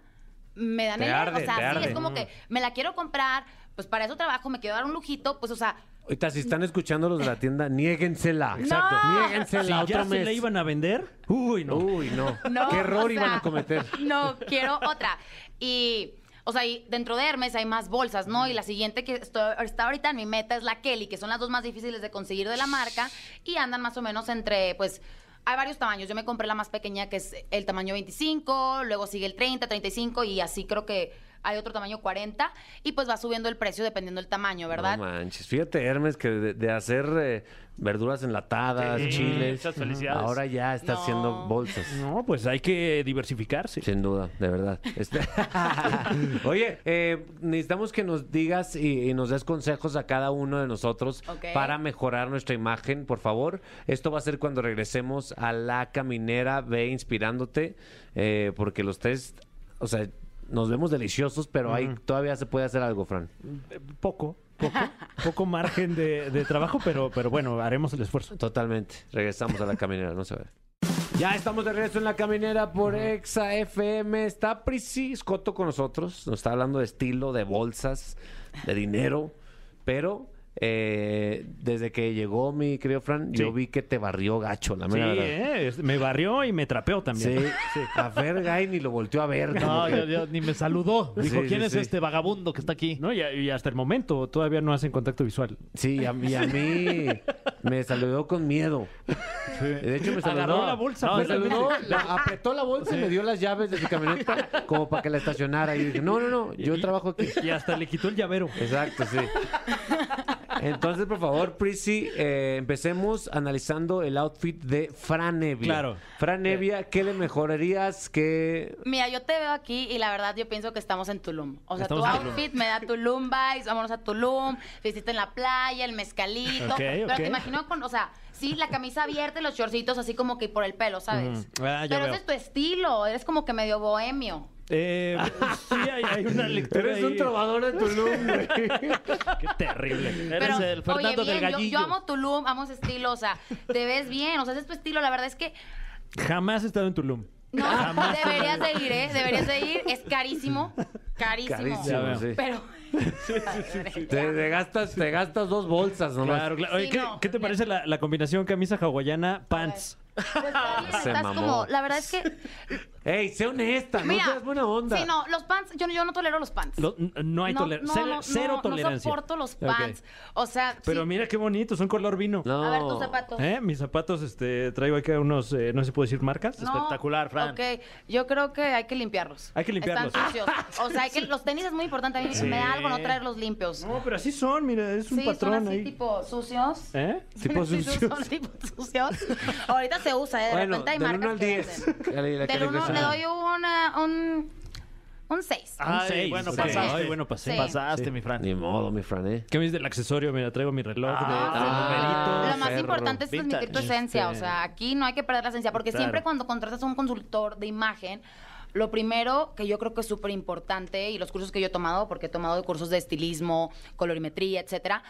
me dan
Te
el...
arde,
o sea,
te
sí,
arde.
es como que me la quiero comprar, pues para eso trabajo, me quiero dar un lujito, pues, o sea,
Ahorita, si están escuchando los de la tienda, niéguensela.
Exacto. No.
Niéguensela
Si ya
otro
se
mes.
le iban a vender, uy, no.
Uy, no.
No,
Qué error
o
iban
sea,
a cometer.
No, quiero otra. Y, o sea, y dentro de Hermes hay más bolsas, ¿no? Y la siguiente que estoy- está ahorita en mi meta es la Kelly, que son las dos más difíciles de conseguir de la marca y andan más o menos entre, pues. Hay varios tamaños. Yo me compré la más pequeña, que es el tamaño 25, luego sigue el 30, 35 y así creo que hay otro tamaño 40 y pues va subiendo el precio dependiendo del tamaño, ¿verdad?
No manches. Fíjate, Hermes, que de, de hacer eh, verduras enlatadas,
Sí,
chiles.
muchas felicidades.
Ahora ya está
No.
haciendo bolsas.
No, pues hay que diversificarse.
Sin duda, de verdad. Este- Oye, eh, necesitamos que nos digas y, y nos des consejos a cada uno de nosotros
Ok.
para mejorar nuestra imagen, por favor. Esto va a ser cuando regresemos a la caminera, ve inspirándote, eh, porque los tres, o sea, nos vemos deliciosos, pero ahí todavía se puede hacer algo, Fran.
Eh, Poco, poco, poco margen de, de trabajo, pero, pero bueno, haremos el esfuerzo.
Totalmente. Regresamos a la caminera, no se ve. Ya estamos de regreso en la caminera por Exa FM. Está Prisi Scotto con nosotros. Nos está hablando de estilo, de bolsas, de dinero. Pero eh, desde que llegó mi querido Fran, yo
Sí.
vi que te barrió gacho, la
Sí,
mera verdad.
eh, es- me barrió y me trapeó
Sí,
también. Ah,
a Fer Guy ni lo volteó a ver. como
No,
que-
yo- yo ni me saludó. Dijo,
Sí, sí,
¿quién es
sí.
este vagabundo que está aquí?
No, y, a- y hasta el momento todavía no hacen contacto visual.
Sí, y a, y a mí me saludó con miedo. De hecho, me saludó.
Agarró la bolsa, pues,
me
fue el
saludó, la- apretó la bolsa y me dio las llaves de su camioneta como para que la estacionara. Y yo dije, no, no, no, yo trabajo aquí.
Y hasta le quitó el llavero.
Exacto, sí. Entonces, por favor, Prissy, eh, empecemos analizando el outfit de Fran Evia.
Claro.
Fran Evia, ¿qué le mejorarías? ¿Qué...
Mira, yo te veo aquí y la verdad yo pienso que estamos en Tulum. O sea,
Estamos
tu
en Tulum.
outfit me da Tulum vibes, vámonos a Tulum, visita en la playa, el mezcalito.
Ok,
Pero
ok.
te imagino con, o sea, sí, la camisa abierta y los shortcitos así como que por el pelo, ¿sabes?
Ujú. Ah, ya
Pero
veo.
ese es tu estilo, eres como que medio bohemio.
Eh,
Ah,
sí, hay, hay una lectura.
Eres
ahí.
un trovador de Tulum, güey.
Qué terrible.
Eres
Pero,
el Fernando
oye,
del
bien, yo-
Gallillo.
Yo, amo Tulum, amo ese estilo, o sea, te ves bien, o sea, ese es tu estilo, la verdad es que
Jamás he estado en Tulum.
no,
Ah,
deberías de ir, ¿eh? Deberías de ir, es carísimo, carísimo.
Carísimo,
Ya veo.
sí.
Pero...
Te, te gastas, te gastas dos bolsas nomás.
Claro, claro. Oye,
Sí,
¿qué,
no.
qué te parece la, la combinación camisa hawaiana, pants?
Pues, está bien,
Se
estás
mamó.
como, la verdad es que,
¡Ey, sé honesta!
mira,
¡No seas buena onda!
sí, no, los pants, yo, no- yo no tolero los pants.
Lo- n- no hay
no,
tolerancia. cero,
no,
cero
no,
tolerancia.
No soporto los
Ok.
pants, o sea,
Pero
sí.
mira qué bonito, son color vino.
No.
a ver tus zapatos.
¿Eh? Mis zapatos, este, traigo acá unos, eh, no sé si puedo decir marcas.
No,
Espectacular, Fran.
Ok, yo creo que hay que limpiarlos.
Hay que limpiarlos.
Están sucios. O sea, hay que, los tenis es muy importante. A mí me da algo no traerlos limpios.
No, pero así son, mira, es un
sí,
patrón
son así
ahí.
tipo sucios.
¿Eh?
Tipo
Sí, son-
sucios.
Son tipo sucios. Ahorita se usa, ¿eh? De
Bueno,
repente hay
del
marcas
1 al
que
10.
venden.
La
Del uno
calificación.
le doy una, un... Un 6.
Ay,
seis,
bueno,
ok.
pasaste.
Ay, bueno, pasé.
Sí.
Pasaste, mi Fran.
Ni modo, mi Fran, ¿eh?
¿Qué me dices del accesorio? Mira, traigo mi reloj de-
Ah,
Lo más
perro.
importante es transmitir tu
Vintage.
esencia, o
Este.
sea, aquí no hay que perder la esencia, porque
Claro.
siempre cuando contratas a un consultor de imagen, lo primero que yo creo que es súper importante y los cursos que yo he tomado, porque he tomado cursos de estilismo, colorimetría, etcétera,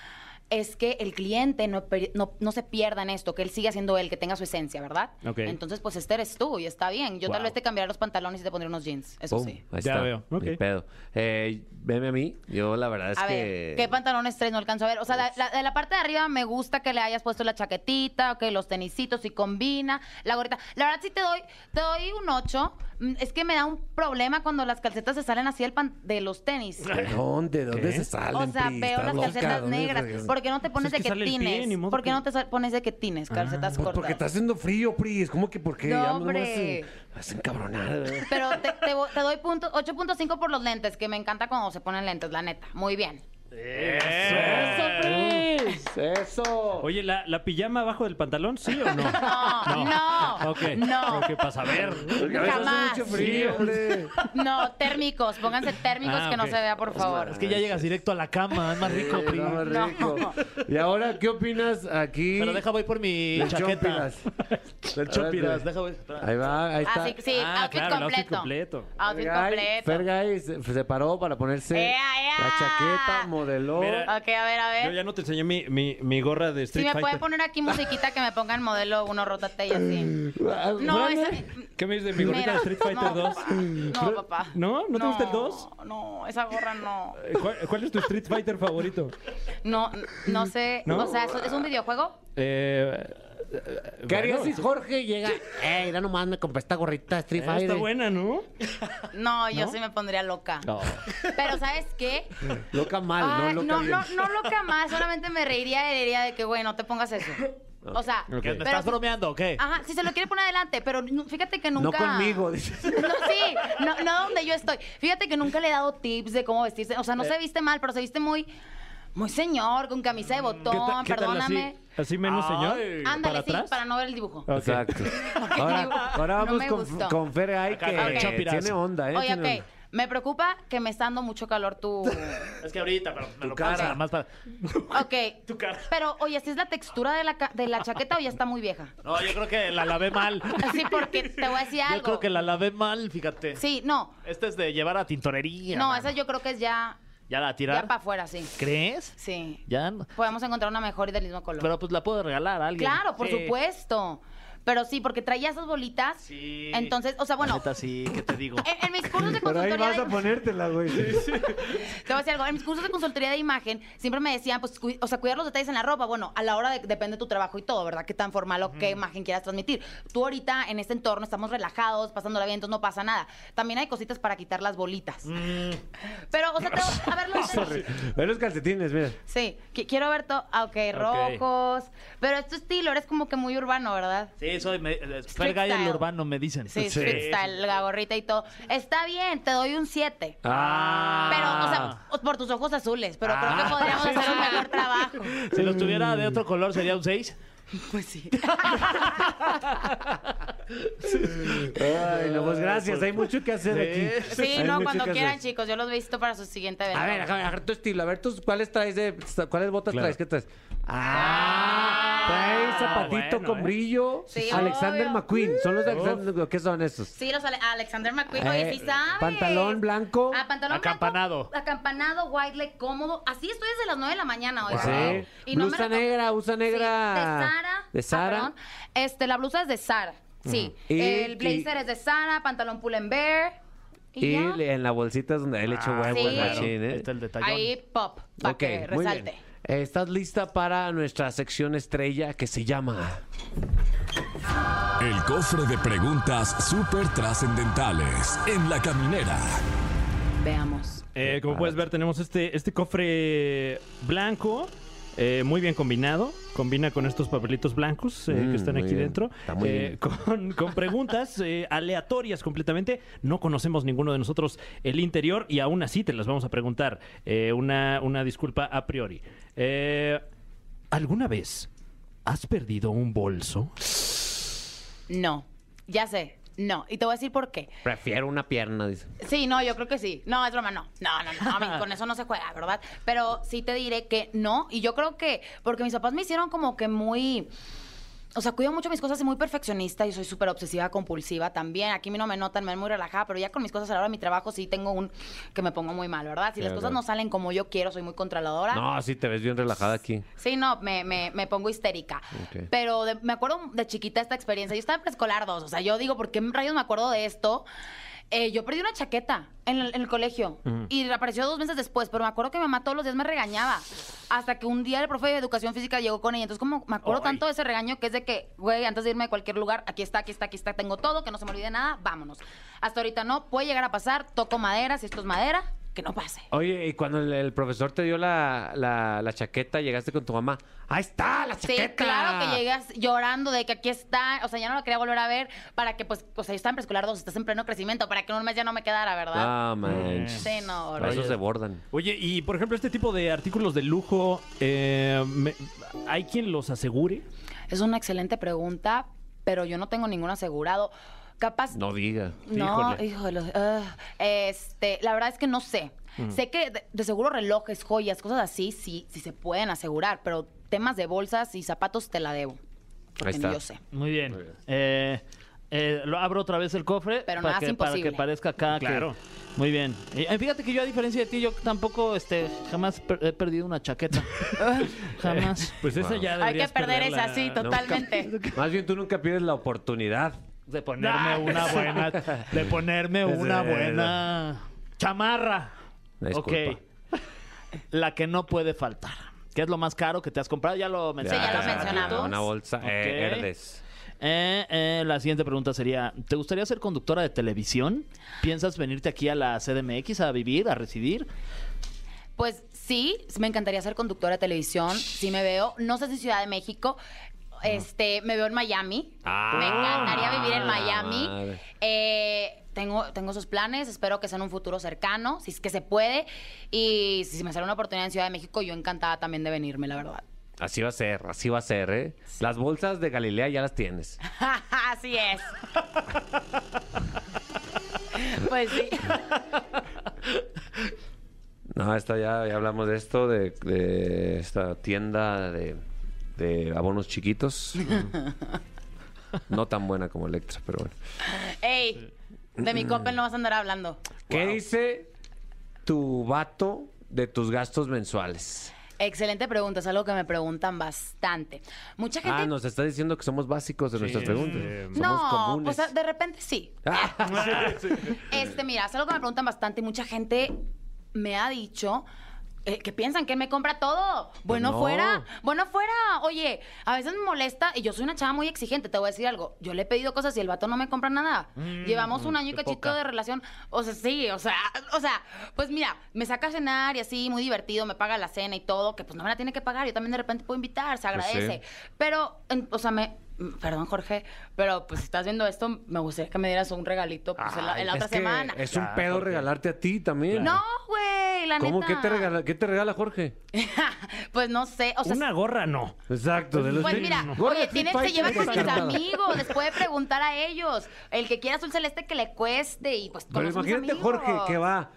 es que el cliente no, per- no, no se pierda en esto, que él siga siendo él, que tenga su esencia, ¿verdad?
Ok.
Entonces, pues este eres tú y está bien. Yo
Wow.
tal vez te cambiaré los pantalones y te pondré unos jeans, eso
Pum,
sí.
Ahí
Ya
está.
veo,
Ni
ok.
pedo. Eh, veme a mí. Yo, la verdad es
a
que.
ver, ¿qué pantalones tres no alcanzo a ver? O sea, la, la- de la parte de arriba me gusta que le hayas puesto la chaquetita, que los tenisitos y combina, la gorrita. La verdad sí te doy, te doy un 8. Es que me da un problema cuando las calcetas se salen así del pan- de los tenis.
¿De dónde? ¿De dónde se salen?
O sea,
Pri?
veo
¿Estás
las
loca?
calcetas
¿Dónde
negras.
se-
¿Por qué no te pones
Pues es
de
que sale el pie,
quetines?
ni modo
¿Por qué
que- Ah,
no te sa- pones de quetines, calcetas
Pues porque está
cortas?
haciendo frío, Pri. Es como que porque
No,
ya no me
hombre.
hacen, me hacen cabronar. ¿eh?
Pero te, te vo- te doy punto, 8.5 por los lentes, que me encanta cuando se ponen lentes, la neta. Muy bien.
Eso.
Oye, ¿la, la pijama abajo del pantalón, sí o no?
No, no,
Ok.
no.
¿Qué pasa? A ver.
Porque a veces
jamás.
hace mucho frío, hombre.
No, térmicos, pónganse térmicos
Ah,
que no
ok.
se vea, por favor.
Es que ya llegas directo a la cama, es más rico,
Sí,
Pri.
no, rico. Y ahora, ¿qué opinas aquí?
Pero deja voy por mi
del
chaqueta.
Chompiras?
Del
A
Chompiras.
ver,
Deja voy. espera.
Ahí va, ahí está.
Así, sí,
Ah,
outfit
claro, el outfit
completo.
completo.
Outfit
Fergay,
completo.
Fergay se, se paró para ponerse
¡Ea, ea!
la chaqueta, modeló.
Mira,
Ok, a ver, a
Yo
ver.
ya no te enseñé mi, mi, mi gorra de
Si
Street
me
Fighter.
pueden poner aquí musiquita que me pongan modelo uno rotate y así.
Ah,
No,
Fran,
esa...
¿Qué me dices de mi gorrita de Street Fighter
no,
2?
papá. No, papá.
¿No? ¿No te gusta el 2?
No, esa gorra no.
Eh, ¿Cuál, cuál es tu Street Fighter favorito?
No, no sé.
¿No?
O sea, ¿es- ¿es un videojuego?
Eh,
¿Qué harías si Jorge llega? ¡Ey, mira nomás me compré esta gorrita de Street
Ah,
Fighter!
está buena, ¿no?
No, yo sí me pondría loca. Pero ¿sabes qué?
Loca mal,
Ay,
no loca
Ah, no,
bien.
no, no loca más, solamente me reiría y le diría de que, güey, no te pongas eso. O sea,
Ok.
¿Me estás
pero-
bromeando o qué?
Ajá, si se lo quiere poner adelante, pero nu- fíjate que
No
nunca.
conmigo, dices.
No, sí, no, no donde yo estoy. Fíjate que nunca le he dado tips de cómo vestirse. O sea,
Eh.
no se viste mal, pero se viste muy. Muy señor, con camisa de
¿Qué ta-
botón,
qué tal así?
perdóname.
¿Así menos, señor?
Ándale,
¿Para
sí,
atrás? Ah,
para no ver el dibujo.
Ok.
Exacto.
te
Ahora,
digo,
ahora
no
vamos
me
con,
gustó.
con Fer Ay,
Acá con
que
Chompiras.
tiene onda, ¿eh?
Oye,
Tiene
ok,
onda.
me preocupa que me está dando mucho calor tu.
Es que ahorita, pero me lo
cara.
pasas nada más para.
Ok. Pero, oye, ¿si es la textura de la, ca- de la chaqueta o ya está muy vieja?
No, yo creo que la lavé mal.
Sí, porque te voy a decir algo.
Yo creo que la lavé mal, fíjate.
Sí, no.
Esta es de llevar a tintorería.
No,
mano.
esa yo creo que es ya,
¿Ya la
ya
tirar?
para afuera, sí.
¿Crees?
Sí.
Ya no.
Podemos encontrar una mejor y del mismo color.
Pero pues la puedo regalar a alguien.
claro, por
Sí.
supuesto. Pero sí, porque traía esas bolitas.
Sí.
Entonces, Eh, o sea,
La
bueno,
neta, sí, ¿qué te digo?
en, en mis cursos de
Pero ahí
consultoría.
vas
de-
a ponértela, güey.
te voy a decir algo. En mis cursos de consultoría de imagen siempre me decían, pues, cu- o sea, cuidar los detalles en la ropa. Bueno, a la hora de, depende de tu trabajo y todo, ¿verdad? Qué tan formal o qué imagen quieras transmitir. Tú ahorita en este entorno estamos relajados, pasándola bien, entonces no pasa nada. También hay cositas para quitar las bolitas. Pero, o sea, te- a ver los detalles.
Ve los calcetines, mira.
Sí, qui- quiero ver todo. Ah, ok, rojos. Pero es tu estilo, eres como que muy urbano, ¿verdad?
Sí, soy. Me, eh,
Street
Fergay el
style.
urbano, me dicen.
Sí, street style, la gorrita y todo. Está bien, te doy un 7.
Ah.
Pero, o sea, o- por tus ojos azules, pero creo que podríamos hacer un mejor trabajo.
Si los tuviera de otro color sería un 6.
Pues sí.
Ay, no, pues gracias. Hay mucho que hacer aquí.
Sí,
Hay
no,
mucho
cuando
que hacer.
quieran, chicos, yo los visito para su siguiente evento.
A ver, a ver, a ver tu estilo, a ver tus cuáles traes de cuáles botas traes, ¿qué traes? Ah, traes zapatito
bueno,
con
¿eh?
brillo.
Sí,
Alexander
obvio.
McQueen, son los de Alexander, ¿qué son esos?
Sí, los Ale- Alexander McQueen. Oye,
Eh,
sí sabes.
pantalón blanco.
Ah, pantalón
Acampanado.
blanco, acampanado, white leg, cómodo. Así estoy desde las 9 de la mañana, oiga.
Pues Sí. Blusa
me reco-
negra, blusa
Sí,
negra.
de Sara.
De Sara.
Ah, perdón. Este, la blusa es de Sara. Sí.
Ujú. Y-
el blazer
y-
es de Sara, pantalón pull and bear. Y,
Y
ya.
le- en la bolsita es donde él echó
Ah,
huevos,
sí.
machín, ¿eh?
Ahí está el detalle.
Ahí pop, para
Ok,
que
muy bien.
resalte.
Eh, ¿Estás lista para nuestra sección estrella que se llama?
El cofre de preguntas súper trascendentales en la caminera.
Veamos.
Eh, como puedes ver, tenemos este, este cofre blanco. eh, muy bien combinado, combina con estos papelitos blancos eh,
Mm,
que están
muy
aquí
bien.
dentro,
Está muy
eh,
bien.
con, con preguntas eh, aleatorias completamente. No conocemos ninguno de nosotros el interior y aún así te las vamos a preguntar. Eh, una, una disculpa a priori. Eh, ¿Alguna vez has perdido un bolso?
No, ya sé. No, y te voy a decir por qué.
Prefiero una pierna, dice.
Sí, no, yo creo que sí. No, es broma, no. No, no, no. a mí con eso no se juega, ¿verdad? Pero sí te diré que no. Y yo creo que, porque mis papás me hicieron como que muy. O sea, cuido mucho mis cosas, soy muy perfeccionista, yo soy súper obsesiva, compulsiva también. Aquí a mí no me notan, me ven muy relajada, pero ya con mis cosas a la hora de mi trabajo sí tengo un que me pongo muy mal, ¿verdad? Si las
Claro.
cosas no salen como yo quiero, soy muy controladora.
No, sí te ves bien relajada aquí.
Sí, no, me, me, me pongo histérica.
Ok.
Pero de- me acuerdo de chiquita esta experiencia. Yo estaba en preescolar 2, o sea, yo digo, ¿por qué rayos me acuerdo de esto? Eh, yo perdí una chaqueta en el, en el colegio y apareció dos meses después, pero me acuerdo que mi mamá todos los días me regañaba. Hasta que un día el profe de educación física llegó con ella. Entonces, como me acuerdo tanto de ese regaño que es de que, güey, antes de irme a cualquier lugar, aquí está, aquí está, aquí está, tengo todo, que no se me olvide nada, vámonos. Hasta ahorita no, puede llegar a pasar, toco madera, si esto es madera, que no pase.
Oye, y cuando el, el profesor te dio la, la- la chaqueta, llegaste con tu mamá. ¡Ahí está, la
Sí,
chaqueta!
claro que llegas llorando de que aquí está, o sea, ya no lo quería volver a ver para que, pues, o sea, yo estaba en preescolar 2, estás en pleno crecimiento, para que en un mes ya no me quedara, ¿verdad?
Ah, manches.
sí, no,
Para eso
horrible.
se bordan.
Oye, y por ejemplo, este tipo de artículos de lujo, eh, me- ¿hay quien los asegure?
Es una excelente pregunta, pero yo no tengo ningún asegurado. Capaz.
No diga.
No,
Híjole.
híjole. ah, este, la verdad es que no sé.
Mm.
Sé que de, de seguro relojes, joyas, cosas así, sí, sí se pueden asegurar, pero temas de bolsas y zapatos te la debo. Porque
está.
ni yo sé.
Muy bien. Eh, eh, lo abro otra vez el cofre
Pero
para,
nada es
que, para
imposible.
que parezca acá.
Claro.
que- Muy bien. Eh, fíjate que yo, a diferencia de ti, yo tampoco este, jamás per- he perdido una chaqueta. jamás.
Pues esa
Wow.
ya
Hay que
deberías
perder
perderla.
esa, sí, totalmente.
Más bien tú nunca pides la oportunidad.
De ponerme
Ah,
una buena. De ponerme una buena. Chamarra.
Disculpa.
Ok. La que no puede faltar. ¿Qué es lo más caro que te has comprado? Pues Ya lo
ya
mencionaste.
lo
hace
mencionamos.
ratito.
Una bolsa. Eh,
Ok.
Herdes.
Eh, eh, la siguiente pregunta sería: ¿Te gustaría ser conductora de televisión? ¿Piensas venirte aquí a la CDMX a vivir, a residir?
Pues sí, me encantaría ser conductora de televisión. Sí me veo. No sé si Ciudad de México. Este, me veo en Miami.
Ah.
me encantaría vivir en
Madre.
Miami. Eh, tengo, tengo esos planes, espero que sea en un futuro cercano, si es que se puede. Y si me sale una oportunidad en Ciudad de México, yo encantada también de venirme, la verdad.
Así va a ser, así va a ser, ¿eh? Las bolsas de Galilea ya las tienes.
Así es. pues sí.
No, esta ya, ya hablamos de esto, de, de esta tienda de, de abonos chiquitos. no tan buena como Electra, pero bueno.
Ey, de mi Coppel no vas a andar hablando.
¿Qué dice tu vato de tus gastos mensuales?
Excelente pregunta, es algo que me preguntan bastante. Mucha gente.
Ah, nos está diciendo que somos básicos de nuestras preguntas. Somos
no,
comunes. Ah.
pues de repente sí. Este, mira, es algo que me preguntan bastante y mucha gente me ha dicho eh, que piensan que él me compra todo. Bueno,
Pues no.
fuera, bueno, fuera. Oye, a veces me molesta y yo soy una chava muy exigente, te voy a decir algo. Yo le he pedido cosas y el vato no me compra nada.
Mm,
Llevamos un año y
qué
cachito
poca.
de relación. O sea, sí, o sea, o sea, pues mira, me saca a cenar y así, muy divertido, me paga la cena y todo, que pues no me la tiene que pagar. Yo también de repente puedo invitar, se
Pues sí.
agradece. Pero, en- o sea, me. Perdón, Jorge, pero pues si estás viendo esto, me gustaría que me dieras un regalito pues, en la, en la
Ay,
otra
es que
semana.
Es un pedo regalarte a ti también.
No, güey, la
¿Cómo?
neta.
¿Qué te, regala, ¿Qué te regala Jorge?
pues no sé, o sea,
Una gorra no.
Exacto. De los
pues
de-
mira,
Gorra de
oye,
Street
tienes, se
Fighter
lleva con mis
descartada.
amigos, les puede preguntar a ellos. El que quiera azul celeste que le cueste y pues
Pero
todos somos
imagínate
amigos.
Jorge que va...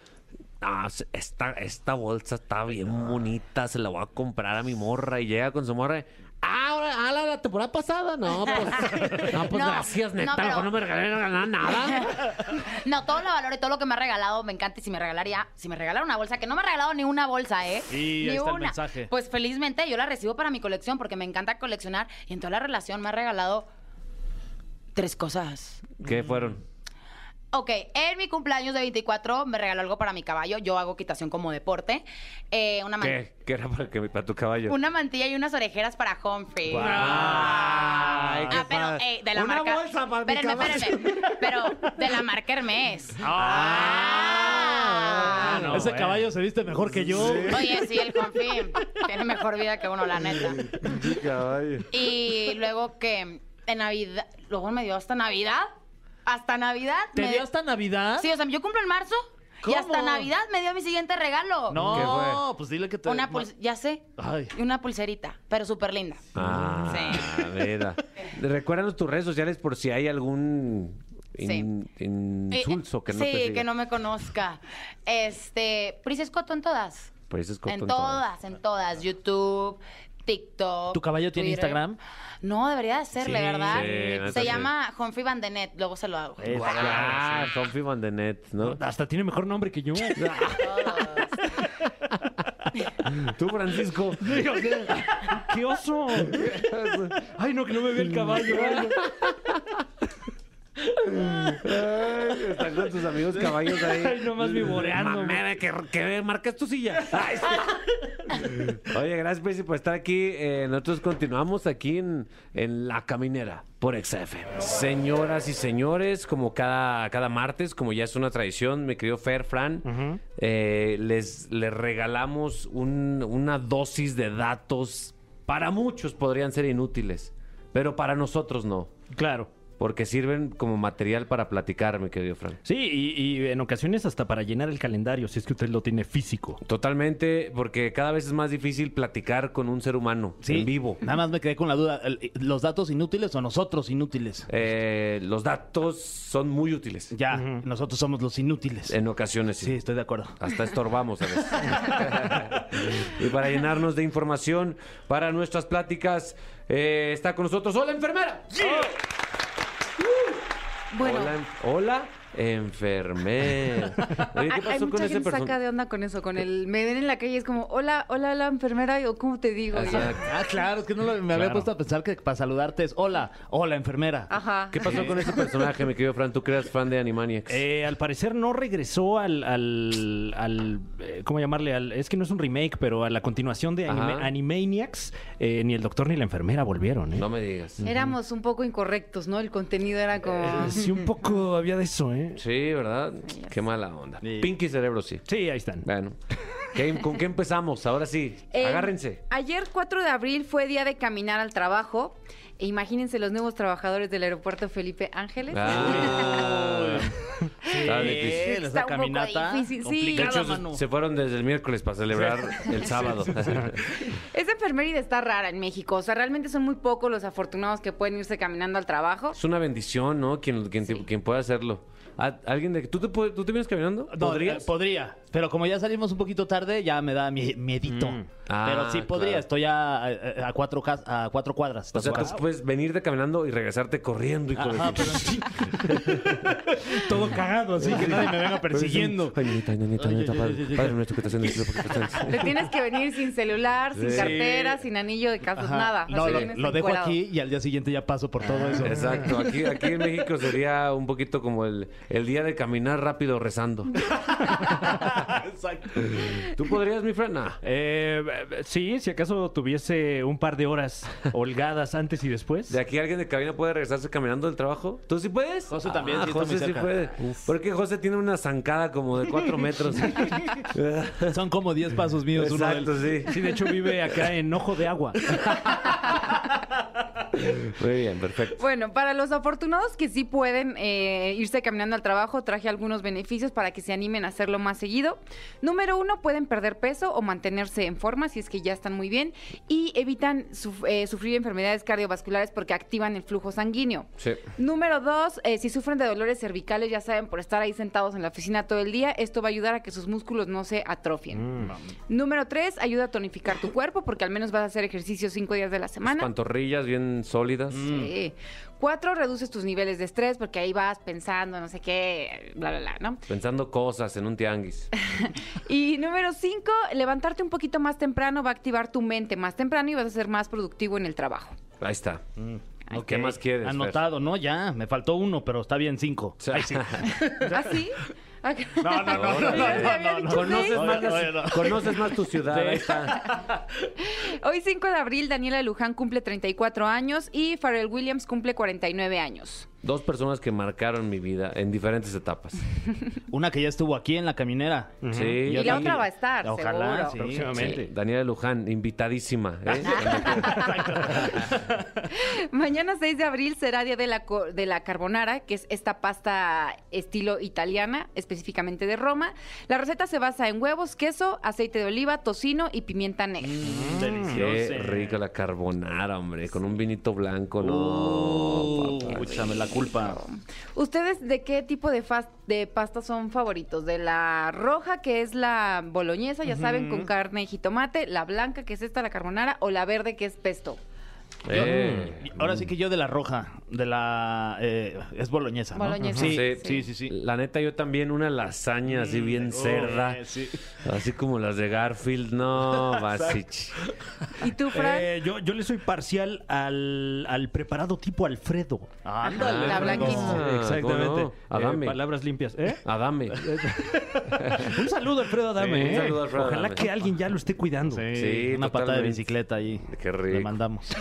Ah, se- esta, esta bolsa está bien bonita, se la voy a comprar a mi morra y llega con su morra. y, Ah, ahora- ah, la, la temporada pasada, no, pues, no, pues
No,
gracias,
no,
neta,
pero-
mejor no me regalé nada, nada.
No, todo lo valoro y todo lo que me ha regalado me encanta. Y si me regalaría, si me regalara una bolsa, que no me ha regalado ni una bolsa, ¿eh?
Sí,
ni
ahí está el
una.
mensaje.
Pues felizmente yo la recibo para mi colección porque me encanta coleccionar. Y en toda la relación me ha regalado tres cosas.
¿Qué fueron?
Ok, en mi cumpleaños de 24 me regaló algo para mi caballo. Yo hago quitación como deporte. Eh, una, man-
¿Qué? ¿Qué era para, que, para tu caballo?
una mantilla y unas orejeras para Humphrey.
Ay, qué
Ah, pero
padre.
eh, de la
Una
marca.
bolsa para mi
espérenme,
caballo.
espérenme. Pero de la marca Hermes.
Ah,
Ah.
no,
Ese
bueno.
caballo se viste mejor que yo.
Oye, sí, el confín. Tiene mejor vida que uno, la neta.
Sí, caballo.
Y luego que en Navidad. Luego me dio hasta Navidad. Hasta Navidad.
¿Te
me
dio hasta Navidad?
Sí, o sea, yo cumplo en marzo. Y
¿Cómo?
hasta Navidad me dio mi siguiente regalo.
No,
¿Qué
pues dile que
Este,
te...
Una pul- ya sé.
Ay.
Y una pulserita, pero súper linda.
Ah,
Sí.
mira. Recuérdanos tus redes sociales por si hay algún in- insulso que no
Eh, sí,
te siga.
que no me conozca. Este, Pris Escoto en todas.
Pues es corto
en todas, en todas. YouTube, TikTok.
¿Tu caballo tiene
Twitter.
Instagram?
No, debería de hacerle,
Sí,
¿verdad?
sí, neta,
Se
sí. Eh,
llama Humphrey Bandenet, luego se lo hago.
Ah, Humphrey Van de Net, ¿no?
Hasta tiene mejor nombre que yo.
Todos.
Tú, Francisco.
Digo, ¿qué? ¡Qué oso! Ay, no, que no me ve el caballo. ay,
Ay, están con tus amigos caballos ahí.
no. Ay, nomás vivoreando. güey.
Mameme, que, que marcas tu silla. Ay, sí. Oye, gracias, Prisi, por estar aquí. Eh, nosotros continuamos aquí en, en La Caminera por XF. Señoras y señores, como cada, cada martes, como ya es una tradición, mi querido Fer, Fran, eh, les, les regalamos un- una dosis de datos. Para muchos podrían ser inútiles, pero para nosotros no.
Claro.
Porque sirven como material para platicar, mi querido Fran.
Sí, y, y en ocasiones hasta para llenar el calendario, si es que usted lo tiene físico.
Totalmente, porque cada vez es más difícil platicar con un ser humano en vivo.
Nada más me quedé con la duda. el- eh, ¿Los datos inútiles o nosotros inútiles?
Eh, los datos son muy útiles.
Ya, nosotros somos los inútiles.
En ocasiones,
Sí,
sí.
estoy de acuerdo.
Hasta estorbamos a veces. y para llenarnos de información para nuestras pláticas, eh, está con nosotros. ¡Hola, enfermera!
Bueno,
Hola, en- hola, enfermera. Oye,
hay,
¿qué
hay
pasó con
mucha
ese
gente saca
personaje?
de onda con eso, con el me ven en la calle y es como, hola, hola, la enfermera, o cómo te digo. Y yo,
Ah, claro, es que no lo- me había
Claro.
puesto a pensar que para saludarte es hola, hola enfermera.
Ajá.
¿Qué pasó con ese personaje, mi querido Fran? ¿Tú que eras fan de Animaniacs?
Eh, al parecer no regresó al, al, al, eh, ¿cómo llamarle? Al, es que no es un remake, pero a la continuación de anime-
Ajá.
Animaniacs, eh, ni el doctor ni la enfermera volvieron. ¿eh?
no me digas.
Éramos un poco incorrectos, ¿no? El contenido era como.
Eh, Sí, un poco había de eso, ¿eh?
Sí, ¿verdad? Qué mala onda. Pinky Cerebro, sí.
Sí, ahí están.
Bueno, ¿qué- ¿con qué empezamos? Ahora sí,
Eh,
agárrense.
Ayer, 4 de abril, fue día de caminar al trabajo. E imagínense los nuevos trabajadores del aeropuerto Felipe Ángeles.
Ah, está difícil.
Bien,
Está
esa
un poco
caminata.
difícil, sí.
De
complicada,
hecho,
mano.
se, se fueron desde el miércoles para celebrar el sábado.
Esa enfermería está rara en México. O sea, realmente son muy pocos los afortunados que pueden irse caminando al trabajo.
es una Ah, bendición, ¿no? Quien, quien, te- quien pueda hacerlo. ¿A- ¿Alguien de tú te puedes- tú te vienes caminando?
No,
¿Podrías?
eh, podría. Pero como ya salimos un poquito tarde, ya me da mi- miedito.
Mm.
Ah,
Pero sí podría,
claro.
estoy a, a- a cuatro, cas- a cuatro cuadras.
O sea, tú puedes venirte caminando y regresarte corriendo y con
Ajá, pero
Ah,
Todo cagado, así que nadie me venga persiguiendo.
Ay, nenita, ay, nenita,
Ay,
nenita,
ay,
padre.
ay, ay, ay.
Padre nuestro que estás en el cielo, porque estás en el cielo.
Te tienes que venir sin celular, sin
Sí.
cartera, sin anillo de
pues
casos,
Ajá.
nada.
No,
Así
lo,
vienes
lo dejo
encuerado.
aquí y al día siguiente ya paso por todo eso.
Exacto, aquí, aquí en México sería un poquito como el, el día de caminar rápido rezando.
Exacto.
¿Tú podrías, mi frena?
Eh, eh, sí, si acaso tuviese un par de horas holgadas antes y después.
¿De aquí alguien de cabina puede regresarse caminando del trabajo? ¿Tú sí puedes?
José también,
Ah,
sí, está muy
José sí
cerca.
puede. Porque José tiene una zancada como de cuatro metros.
Son como 10 pasos míos.
Exacto,
uno del...
sí.
Sí, de hecho vive acá en Ojo de Agua.
Muy bien, perfecto.
Bueno, para los afortunados que sí pueden eh, irse caminando al trabajo, traje algunos beneficios para que se animen a hacerlo más seguido. Número uno, pueden perder peso o mantenerse en forma si es que ya están muy bien y evitan suf- eh, sufrir enfermedades cardiovasculares porque activan el flujo sanguíneo.
Sí.
Número dos, eh, si sufren de dolores cervicales, ya saben, por estar ahí sentados en la oficina todo el día, esto va a ayudar a que sus músculos no se atrofien. Número tres, ayuda a tonificar tu cuerpo porque al menos vas a hacer ejercicio cinco días de la
Las
semana.
pantorrillas bien sólidas.
Mm.
Sí. Cuatro, reduces tus niveles de estrés porque ahí vas pensando, no sé qué, bla, bla, bla, ¿no?
Pensando cosas en un tianguis.
Y número cinco, levantarte un poquito más temprano va a activar tu mente más temprano y vas a ser más productivo en el trabajo.
Ahí está.
Mm. Ok.
¿Qué más quieres? Fer?
Anotado, ¿no? Ya, me faltó uno, pero está bien
O
cinco.
sea,
Ay, sí.
¿Así?
No, no, no, no, no,
Te
no,
había
no,
dicho
Conoces,
seis.
Oye,
más la-
oye, no.
conoces más tu ciudad. Ahí está.
Hoy 5 de abril, Daniela Luján cumple 34 años y Pharrell Williams cumple 49 años.
Dos personas que marcaron mi vida en diferentes etapas.
Una que ya estuvo aquí en la caminera.
Sí.
Y
Y
otra
la
que-
otra va a estar,
Ojalá,
seguro.
sí.
Próximamente.
Daniela Luján, invitadísima. ¿eh?
Mañana 6 de abril será Día de la, co- de la Carbonara, que es esta pasta estilo italiana, específicamente de Roma. La receta se basa en huevos, queso, aceite de oliva, tocino y pimienta negra.
Mm, Deliciosa.
Qué rica la carbonara, hombre. Con un vinito blanco, no. papá.
Uh, échame la culpa.
¿Ustedes de qué tipo de, fas- de pasta son favoritos? De la roja, que es la boloñesa, ya saben, con carne y jitomate, la blanca, que es esta, la carbonara, o la verde, que es pesto.
Yo-
Eh,
y- Ahora sí que yo de la roja, de la... eh, es boloñesa, ¿no?
Boloñesa,
Sí,
sí.
sí, sí, sí. Mm,
La neta, yo también una lasaña así bien cerda.
Eh, sí.
Así como las de Garfield. No, Basich.
¿Y tú, Fran?
Eh, yo, yo le soy parcial al, al preparado tipo Alfredo.
Ándale.
La blanquita.
Ah,
Exactamente.
¿cómo no? Adame.
Eh, palabras limpias. ¿Eh?
Adame.
Un saludo, Alfredo Adame.
Sí, un
¿eh?
saludo, Alfredo
Ojalá
Adame.
que alguien ya lo esté cuidando.
Sí,
una patada de
totalmente.
bicicleta ahí.
Qué
Le
rico.
mandamos.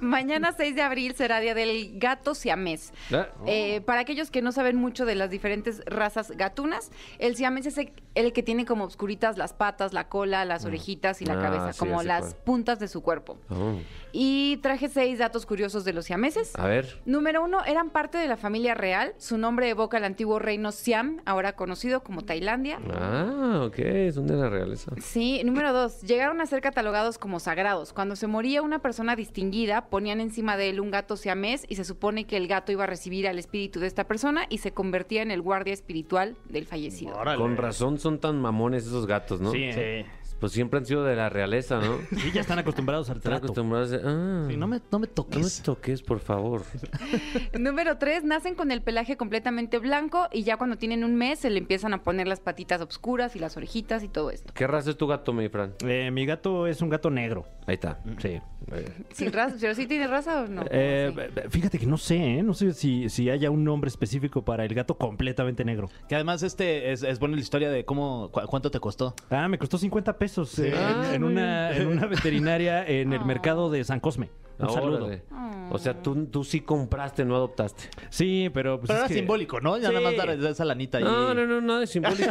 Mañana 6 de abril será Día del Gato Siamés.
Ah,
Eh, para aquellos que no saben mucho de las diferentes razas gatunas, el siamés es el, el que tiene como obscuritas las patas, la cola, las orejitas y la
Ah,
cabeza,
sí, ya
como
sé
las
cuál.
puntas de su cuerpo.
oh.
Y traje seis datos curiosos de los siameses.
A ver.
Número uno, eran parte de la familia real. Su nombre evoca el antiguo reino Siam, ahora conocido como Tailandia.
Ah, ok. Es un de la realeza.
Sí, número dos, llegaron a ser catalogados como sagrados. Cuando se moría una persona distinguida, ponían encima de él un gato siamés y se supone que el gato iba a recibir al espíritu de esta persona y se convertía en el guardia espiritual del fallecido.
Con razón son tan mamones esos gatos, ¿no?
Sí,
Sí.
¿eh?
Pues siempre han sido de la realeza, ¿no?
Y ya están acostumbrados al
Están
trato.
acostumbrados a... Ah,
Sí, no, me, no me
no me
toques.
toques, por favor.
Número tres, nacen con el pelaje completamente blanco y ya cuando tienen un mes se le empiezan a poner las patitas obscuras y las orejitas y todo esto.
¿Qué raza es tu gato, mi Fran?
Eh, mi gato es un gato negro.
Ahí está.
Mm.
Sí.
Eh,
Sin raza, pero sí tiene raza o no.
Eh,
Sí.
b- b- Fíjate que no sé, ¿eh? no sé si, si haya un nombre específico para el gato completamente negro.
Que además este es, es buena la historia de cómo cu- cuánto te costó. Pues
Ah, me costó 50 pesos eh, en-
Ah,
en,
muy
una, en una veterinaria en el mercado de San Cosme. Un saludo.
Ah, órale. O sea, tú, tú sí compraste, no adoptaste.
Sí, pero... pues,
Pero
es
era
que-
simbólico, ¿no? Ya nada más
Sí.
dar esa lanita ahí.
No, no, no, nada de simbólico.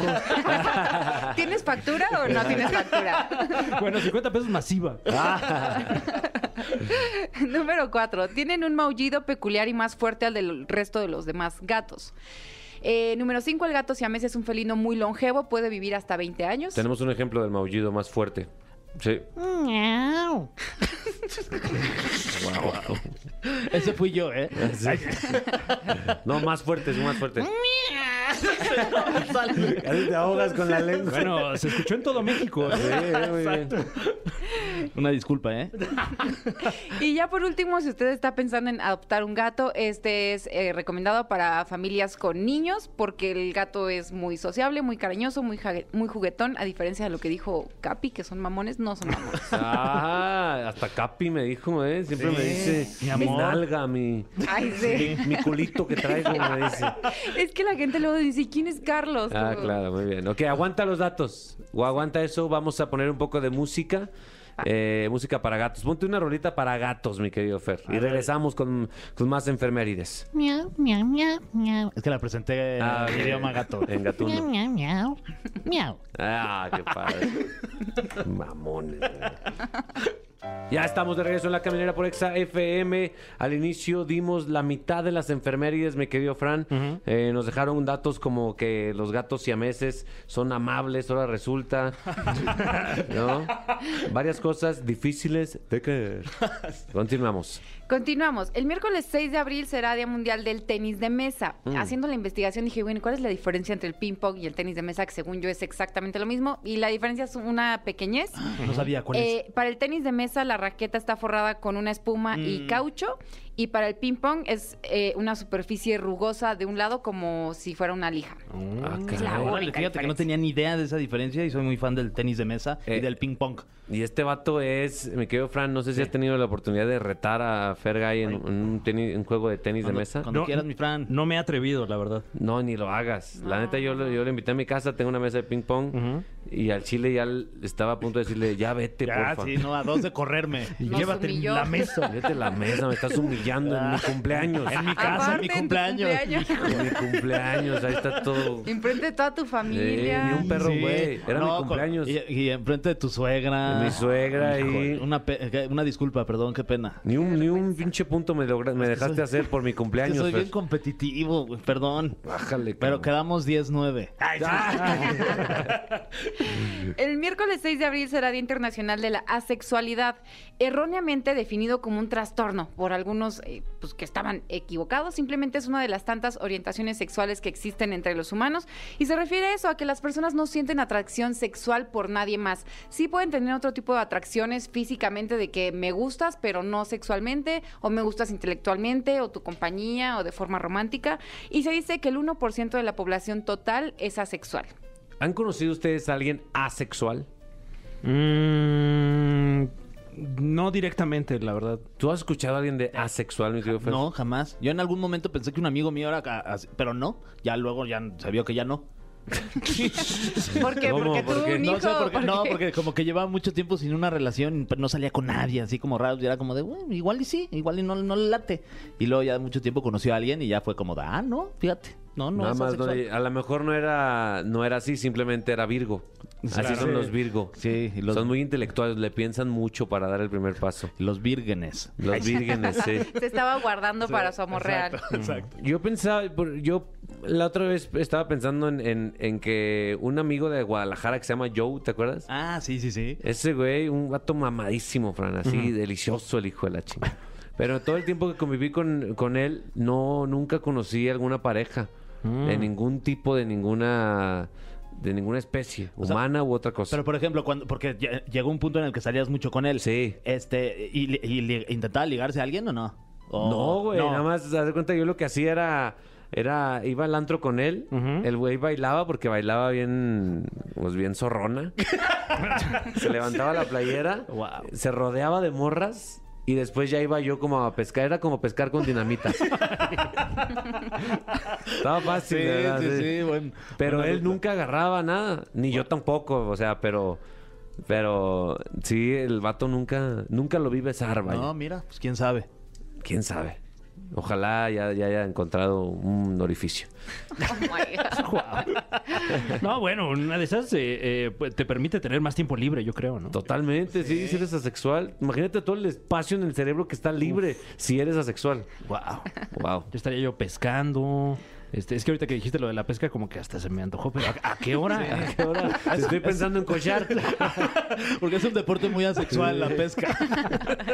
Ah. ¿Tienes factura o no tienes factura?
Bueno, 50 pesos masiva.
Ah.
Número cuatro, Tienen un maullido peculiar y más fuerte al del resto de los demás gatos. Eh, número cinco, El gato siamés es un felino muy longevo, puede vivir hasta 20 años.
Tenemos un ejemplo del maullido más fuerte. Sí.
Ese fui yo, ¿eh?
No, más fuerte, es más fuerte. Casi te ahogas con la lengua.
Bueno, se escuchó en todo México.
Sí, muy bien.
Una disculpa, ¿eh?
Y ya por último, si usted está pensando en adoptar un gato, este es eh, recomendado para familias con niños porque el gato es muy sociable, muy cariñoso, muy, jague- muy juguetón, a diferencia de lo que dijo Capi, que son mamones, no son mamones.
Ah, hasta Capi me dijo, ¿eh? Siempre me dice, mi, nalga, mi,
Ay, sí.
mi, mi culito que traigo, me dice.
Es que la gente luego dice, ¿quién es Carlos?
Ah,
Como-
claro, muy bien. Ok, aguanta los datos. O aguanta eso, vamos a poner un poco de música. eh, música para gatos. Ponte una rolita para gatos, mi querido Fer. Y regresamos con, con más enfermerides.
Miau, miau, miau, miau.
Es que la presenté en
Ah, bien.
idioma gato.
En
Miau,
gatuno.
miau, miau. Miau.
Ah, qué padre. Mamones. güey. Ya estamos de regreso en la caminera por Exa FM. Al inicio dimos la mitad de las enfermerides, mi querido Fran. Eh, nos dejaron datos como que los gatos siameses son amables, ahora resulta. ¿No? Varias cosas difíciles de creer. Continuamos.
Continuamos. El miércoles 6 de abril será Día Mundial del Tenis de Mesa.
Mm.
Haciendo la investigación dije, bueno, ¿cuál es la diferencia entre el ping-pong y el tenis de mesa? Que según yo es exactamente lo mismo. Y la diferencia es una pequeñez.
Ah,
No sabía cuál es.
Eh, para el tenis de mesa, la raqueta está forrada con una espuma
Mm.
y caucho. Y para el ping-pong es eh, una superficie rugosa de un lado como si fuera una lija.
Ah,
es la
caray.
única
Órale, fíjate que no
diferencia.
tenía ni idea de esa diferencia y soy muy fan del tenis de mesa
Eh.
y del ping pong.
Y este vato es, mi querido Fran, no sé si has tenido la oportunidad de retar a Fergay en, en un, tenis- un juego de tenis
Cuando-
de mesa.
Cuando
No.
quieras, mi Fran.
No me he atrevido, la verdad.
No, ni lo hagas. La neta, yo, lo- yo lo invité a mi casa, tengo una mesa de ping pong y al chile ya l- estaba a punto de decirle, ya vete,
Ya,
porfa.
Ah, sí, no, a dos de correrme.
Nos
Llévate
humilló.
la mesa.
Vete a la mesa, me estás humillando en mi cumpleaños.
Ah. En mi casa, en mi
Aparte, en tu
cumpleaños.
cumpleaños.
En mi cumpleaños, ahí está todo.
Enfrente de toda tu
Sí,
familia.
ni un perro,
Sí.
güey. Era
No,
mi
con-
cumpleaños.
Y, y enfrente de tu suegra.
De mi suegra y-
Una, pe- que- una disculpa, perdón, qué pena.
Ni un, ni un pinche punto me, logra- me dejaste hacer por mi
Es que
cumpleaños.
soy
Fer.
bien competitivo, güey, perdón.
Bájale,
Pero
cabrón.
quedamos 10-9.
El miércoles 6 de abril será Día Internacional de la Asexualidad, erróneamente definido como un trastorno por algunos eh, pues, que estaban equivocados. Simplemente es una de las tantas orientaciones sexuales que existen entre los humanos y se refiere a eso, a que las personas no sienten atracción sexual por nadie más. Sí pueden tener otro tipo de atracciones físicamente de que me gustas, pero no sexualmente, o me gustas intelectualmente, o tu compañía, o de forma romántica. Y se dice que el 1% de la población total es asexual.
¿Han conocido ustedes a alguien asexual?
Mm, no directamente, la verdad.
¿Tú has escuchado a alguien de asexual, mi querido Fer?
No, jamás. Yo en algún momento pensé que un amigo mío era ca- así, pero no. Ya luego ya se vio que ya no.
¿Por qué?
¿Cómo?
Porque
¿Por
tuvo
qué?
un
No,
hijo.
o sea, porque,
¿por
no,
qué?
porque como que llevaba mucho tiempo sin una relación, pero no salía con nadie, así como raro. Y era como de, "Bueno, igual y sí, igual y no, no le late. Y luego ya mucho tiempo conoció a alguien y ya fue como de, ah, no, fíjate. No, no,
Nada
es
más no
asexual".
le- a lo mejor no era no era así, simplemente era Virgo. Así
Claro.
son
Sí.
los Virgo.
Sí, y los,
Son muy intelectuales, le piensan mucho para dar el primer paso.
los vírgenes.
Los vírgenes, sí.
Se estaba guardando para su amor real.
Yo pensaba, por- yo la otra vez estaba pensando en, en- en que un amigo de Guadalajara que se llama Joe, ¿te acuerdas?
Ah, sí, sí, sí.
Ese güey, un gato mamadísimo, Fran, así delicioso el hijo de la chinga. Pero todo el tiempo que conviví con, con él, no, nunca conocí alguna pareja de
Mm.
ningún tipo, de ninguna, de ninguna especie,
sea,
humana u otra cosa.
Pero por ejemplo, cuando porque lle- llegó un punto en el que salías mucho con él.
Sí.
Este, y, li- y li- intentaba ligarse a alguien o no? O-
no, güey, nada más, haz de cuenta, yo lo que hacía era, era, iba al antro con él, el güey bailaba porque bailaba bien, pues bien zorrona. se levantaba la playera,
Guau.
se rodeaba de morras. Y después ya iba yo como a pescar, era como pescar con dinamita. Estaba
Sí,
fácil,
sí,
de verdad,
sí,
sí.
buen-
Pero
buena
él
ruta.
nunca agarraba nada, ni yo tampoco, o sea, pero pero sí el vato nunca nunca lo vi besar, vaya.
No, mira, pues quién sabe.
¿Quién sabe? Ojalá ya, ya haya encontrado un orificio.
Oh my God.
No, bueno, una de esas eh, eh, pues, te permite tener más tiempo libre, yo creo, ¿no?
Totalmente, sí. si eres asexual. Imagínate todo el espacio en el cerebro que está libre si eres asexual.
Wow.
Wow.
Yo estaría yo pescando. Este, es que ahorita que dijiste lo de la pesca, como que hasta se me antojó, pero ¿a, a qué hora? ¿A qué hora?
Estoy pensando en cochar.
Porque es un deporte muy asexual la pesca.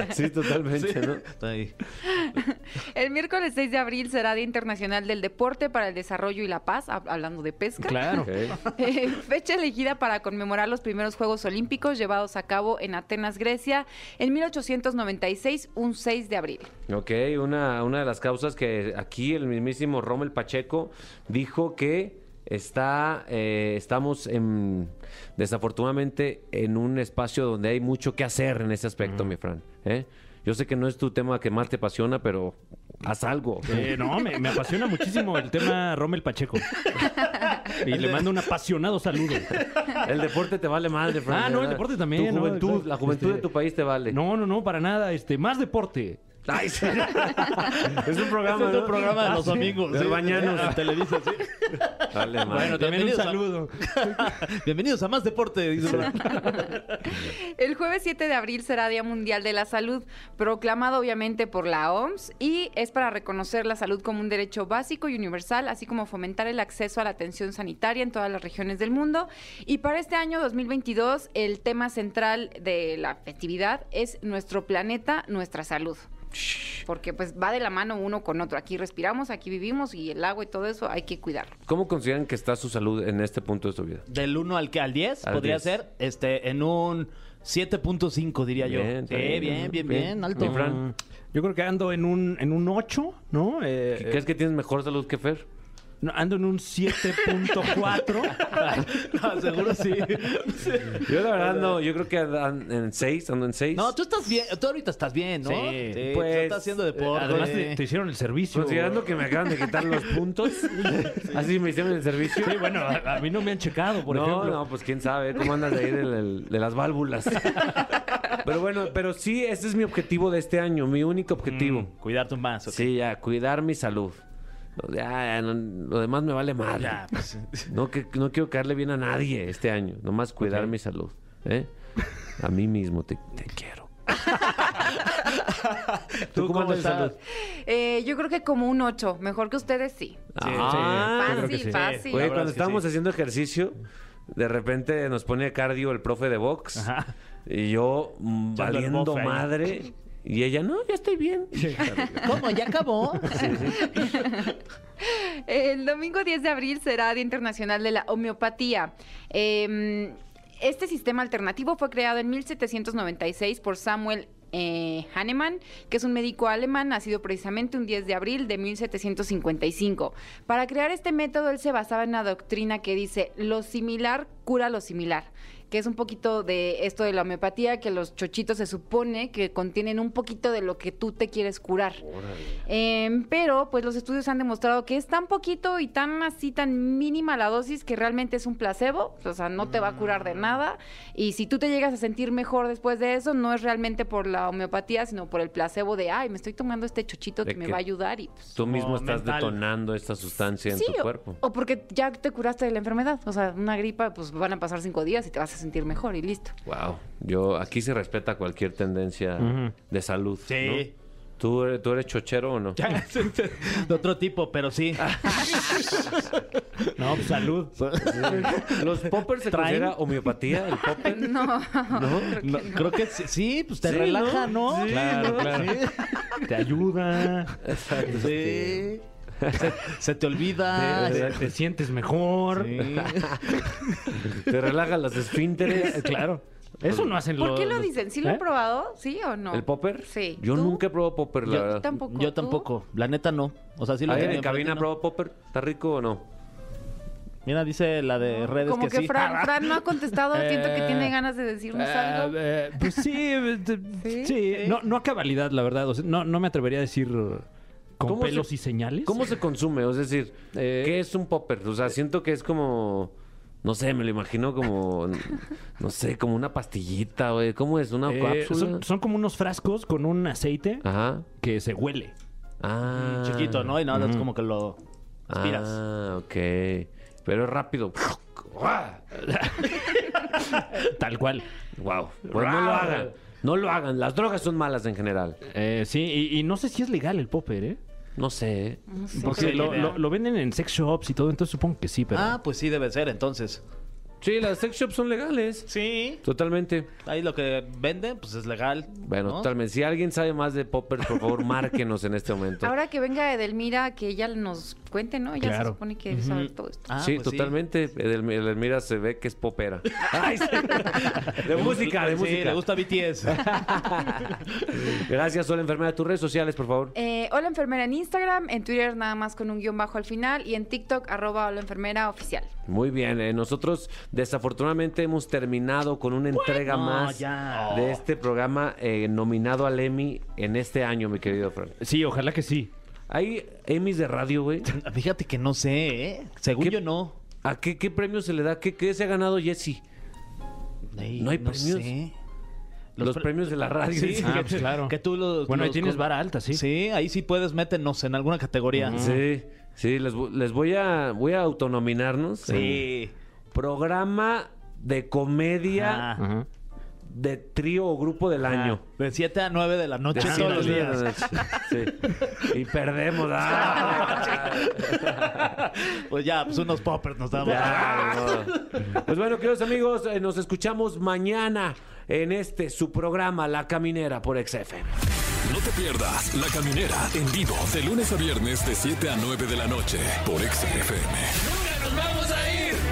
Sí, totalmente, ¿no?
Está ahí.
El miércoles 6 de abril será Día Internacional del Deporte para el Desarrollo y la Paz, hab- hablando de pesca.
Claro.
Eh, fecha elegida para conmemorar los primeros Juegos Olímpicos llevados a cabo en Atenas, Grecia, en 1896, un 6 de abril.
Ok, una, una de las causas que aquí el mismísimo Rommel Pacheco dijo que está eh, estamos en, desafortunadamente en un espacio donde hay mucho que hacer en ese aspecto, mi Fran. ¿eh? Yo sé que no es tu tema que más te apasiona, pero haz algo.
Eh, no, me, me apasiona muchísimo el tema Rommel Pacheco. Y le mando un apasionado saludo.
El deporte te vale madre, Fran.
Ah,
de
no, el
verdad.
deporte también,
Tu
¿no?
juventud,
Claro.
la juventud
Este,
de tu país te vale.
No, no, no, para nada. Este, más deporte.
Ay, sí. es un programa,
Este es
¿no?
un programa de
Ah,
los
sí.
amigos.
De
sí.
bañanos.
En Televisa, sí.
Vale, madre.
También
Bueno,
un
Bienvenidos a-
saludo.
Bienvenidos a Más Deporte, dice por acá.
El jueves 7 de abril será Día Mundial de la Salud, proclamado obviamente por la OMS y es para reconocer la salud como un derecho básico y universal, así como fomentar el acceso a la atención sanitaria en todas las regiones del mundo. Y para este año 2022, el tema central de la festividad es nuestro planeta, nuestra salud. Porque pues va de la mano uno con otro. Aquí respiramos, aquí vivimos y el agua y todo eso hay que cuidarlo.
¿Cómo consideran que está su salud en este punto de su vida?
Del 1 al, que- al 10
Al
podría
10.
ser este en un 7.5, diría yo.
Bien,
Bien,
está
bien,
bien,
bien, bien,
bien.
alto.
Mi Fran.
Yo creo que ando en un, en un 8, ¿no? Eh,
¿Crees que tienes mejor salud que Fer?
no, Ando en un 7.4.
No, seguro sí.
Yo la verdad no, yo creo que andan en 6, ando en 6.
No, tú estás bien, tú ahorita estás bien, ¿no?
Sí,
tú
pues,
estás haciendo deporte.
Además, te, te hicieron el servicio.
Considerando que me acaban de quitar los puntos, así me hicieron el servicio.
Sí, bueno, a, a mí no me han checado, por
no,
ejemplo.
no, pues quién sabe cómo andas de ahí del- del- de las válvulas. Pero bueno, pero sí, ese es mi objetivo de este año, mi único objetivo.
Cuidarte más, ok.
Sí, ya, cuidar mi salud. O sea, ya, no- lo demás me vale madre.
Ya, pues.
No, que, no quiero caerle bien a nadie este año. Nomás cuidar mi salud. ¿eh? A mí mismo te, te quiero.
¿Tú cómo
andas de
estás?
Eh, yo creo que como un 8, mejor que ustedes sí.
Ah,
yo creo que sí.
Fácil, fácil.
Oye,
verdad
cuando
es que
estábamos
sí.
haciendo ejercicio, de repente nos pone cardio el profe de box. Y yo mm,
Echando el
valiendo
bofe ahí.
madre. Y ella, no, ya estoy bien.
¿Cómo? ¿Ya acabó?
El domingo 10 de abril será Día Internacional de la Homeopatía. Eh, este sistema alternativo fue creado en 1796 por Samuel eh, Hahnemann, que es un médico alemán nacido precisamente un 10 de abril de 1755. Para crear este método, él se basaba en una doctrina que dice: lo similar cura lo similar que es un poquito de esto de la homeopatía, que los chochitos se supone que contienen un poquito de lo que tú te quieres curar. Em, pero pues los estudios han demostrado que es tan poquito y tan así, tan mínima la dosis que realmente es un placebo, o sea, no te va a curar
Mm.
de nada. Y si tú te llegas a sentir mejor después de eso, no es realmente por la homeopatía, sino por el placebo de, ay, me estoy tomando este chochito
De
que, me
que
va a ayudar y pues...
Tú mismo
Como
estás
mental.
detonando esta sustancia en
sí,
tu
o-
cuerpo.
o porque ya te curaste de la enfermedad, o sea, una gripa, pues van a pasar cinco días y te vas a sentir mejor y listo.
Wow. Yo, aquí se respeta cualquier tendencia de salud.
Sí.
¿no? ¿Tú, eres- ¿Tú eres chochero o no?
De otro tipo, pero sí.
Ah. No, pues, salud.
¿Los poppers se
¿Traen?
considera homeopatía? ¿El popper?
No,
No, creo que sí, sí, pues te
Sí,
relaja, ¿no?
¿no? Sí,
claro,
¿no?
claro.
Te ayuda.
Sí. Se, se te olvida.
Eh,
te, te sientes mejor.
Sí.
¿Te relajan las esfínteres?
Claro. Eso no hacen los...
¿Por qué lo
los-
dicen? ¿Sí lo
¿Eh?
han probado? ¿Sí o no?
¿El popper?
Sí.
Yo
¿Tú?
nunca he probado popper, la
Yo
verdad.
tampoco.
Yo
¿Tú?
tampoco. La neta no. O sea, sí lo
¿Alguien
tenía
en cabina ha
enfrente, ¿no?
probado popper? ¿Está rico o no?
Mira, dice la de redes
Como que,
sí. Ah,
Fran, Fran no ha contestado, siento que
Eh,
tiene ganas de decirnos
Ah,
algo.
eh, pues sí, eh, te- sí,
Sí.
No, no a cabalidad, la verdad. O sea, no, no me atrevería a decir con
¿Cómo se-
pelos y señales.
¿Cómo se consume? Es decir,
Eh,
¿qué es un popper? O sea, siento que es como... No sé, me lo imagino como... No sé, como una pastillita, güey. ¿Cómo es? ¿Una
Eh,
cápsula?
son, son como unos frascos con un aceite
Ajá.
que se huele.
Ah.
Mm, Chiquito, ¿no? Y nada, es como que lo aspiras.
Ah, ok. Pero es rápido.
Tal cual.
Wow. Pues no lo hagan. No lo hagan. Las drogas son malas en general.
Eh, sí, y, y no sé si es legal el popper, ¿eh?
No sé.
No sé.
Porque lo, lo- lo venden en sex shops y todo, entonces supongo que sí, pero.
Ah, pues sí, debe ser entonces.
Sí, las sex shops son legales.
Sí.
Totalmente.
Ahí lo que venden, pues es legal.
Bueno,
¿no?
totalmente. Si alguien sabe más de poppers, por favor, márquenos en este momento.
Ahora que venga Edelmira, que ella nos cuente, ¿no? Ella
Claro.
se supone que debe saber todo esto.
Ah,
sí,
pues
totalmente. Edel- Edelmira se ve que es popera. Ay, sí. De música, de
Pues Sí,
música.
le gusta BTS.
Gracias, Sol Enfermera. Tus redes sociales, por favor.
Eh, hola enfermera en Instagram, en Twitter nada más con un guión bajo al final y en TikTok arroba hola enfermera oficial.
Muy bien, eh, nosotros desafortunadamente hemos terminado con una entrega más
ya.
de este programa eh, nominado al Emmy en este año, mi querido Fran.
Sí, ojalá que sí.
¿Hay Emmys de radio, güey?
Fíjate que no sé, ¿eh? Según
¿Qué-
yo no.
¿A qué, qué premio se le da? ¿Qué, qué se ha ganado Jesse?
Ey,
¿No hay premios?
sé.
Los,
pre-
premios de la radio.
Sí,
Ah,
que,
pues claro.
que tú los.
Bueno, ahí
los
tienes
con-
vara alta, sí.
Sí, ahí sí puedes meternos en alguna categoría.
Sí, sí, les, vo- les voy a voy a autonominarnos. en
Sí.
Programa de comedia
Ajá.
Ajá.
de trío o grupo del año.
Ah. De 7 a 9 de la noche
Ah,
todos los
sí,
días.
sí. Y perdemos. ah.
Pues ya, pues unos poppers nos damos.
Ya, no. Pues bueno, queridos amigos, eh, nos escuchamos mañana en este su programa La Caminera por XFM.
No te pierdas La Caminera en vivo de lunes a viernes de 7 a 9 de la noche por XFM. ¡Nunca nos vamos a ir!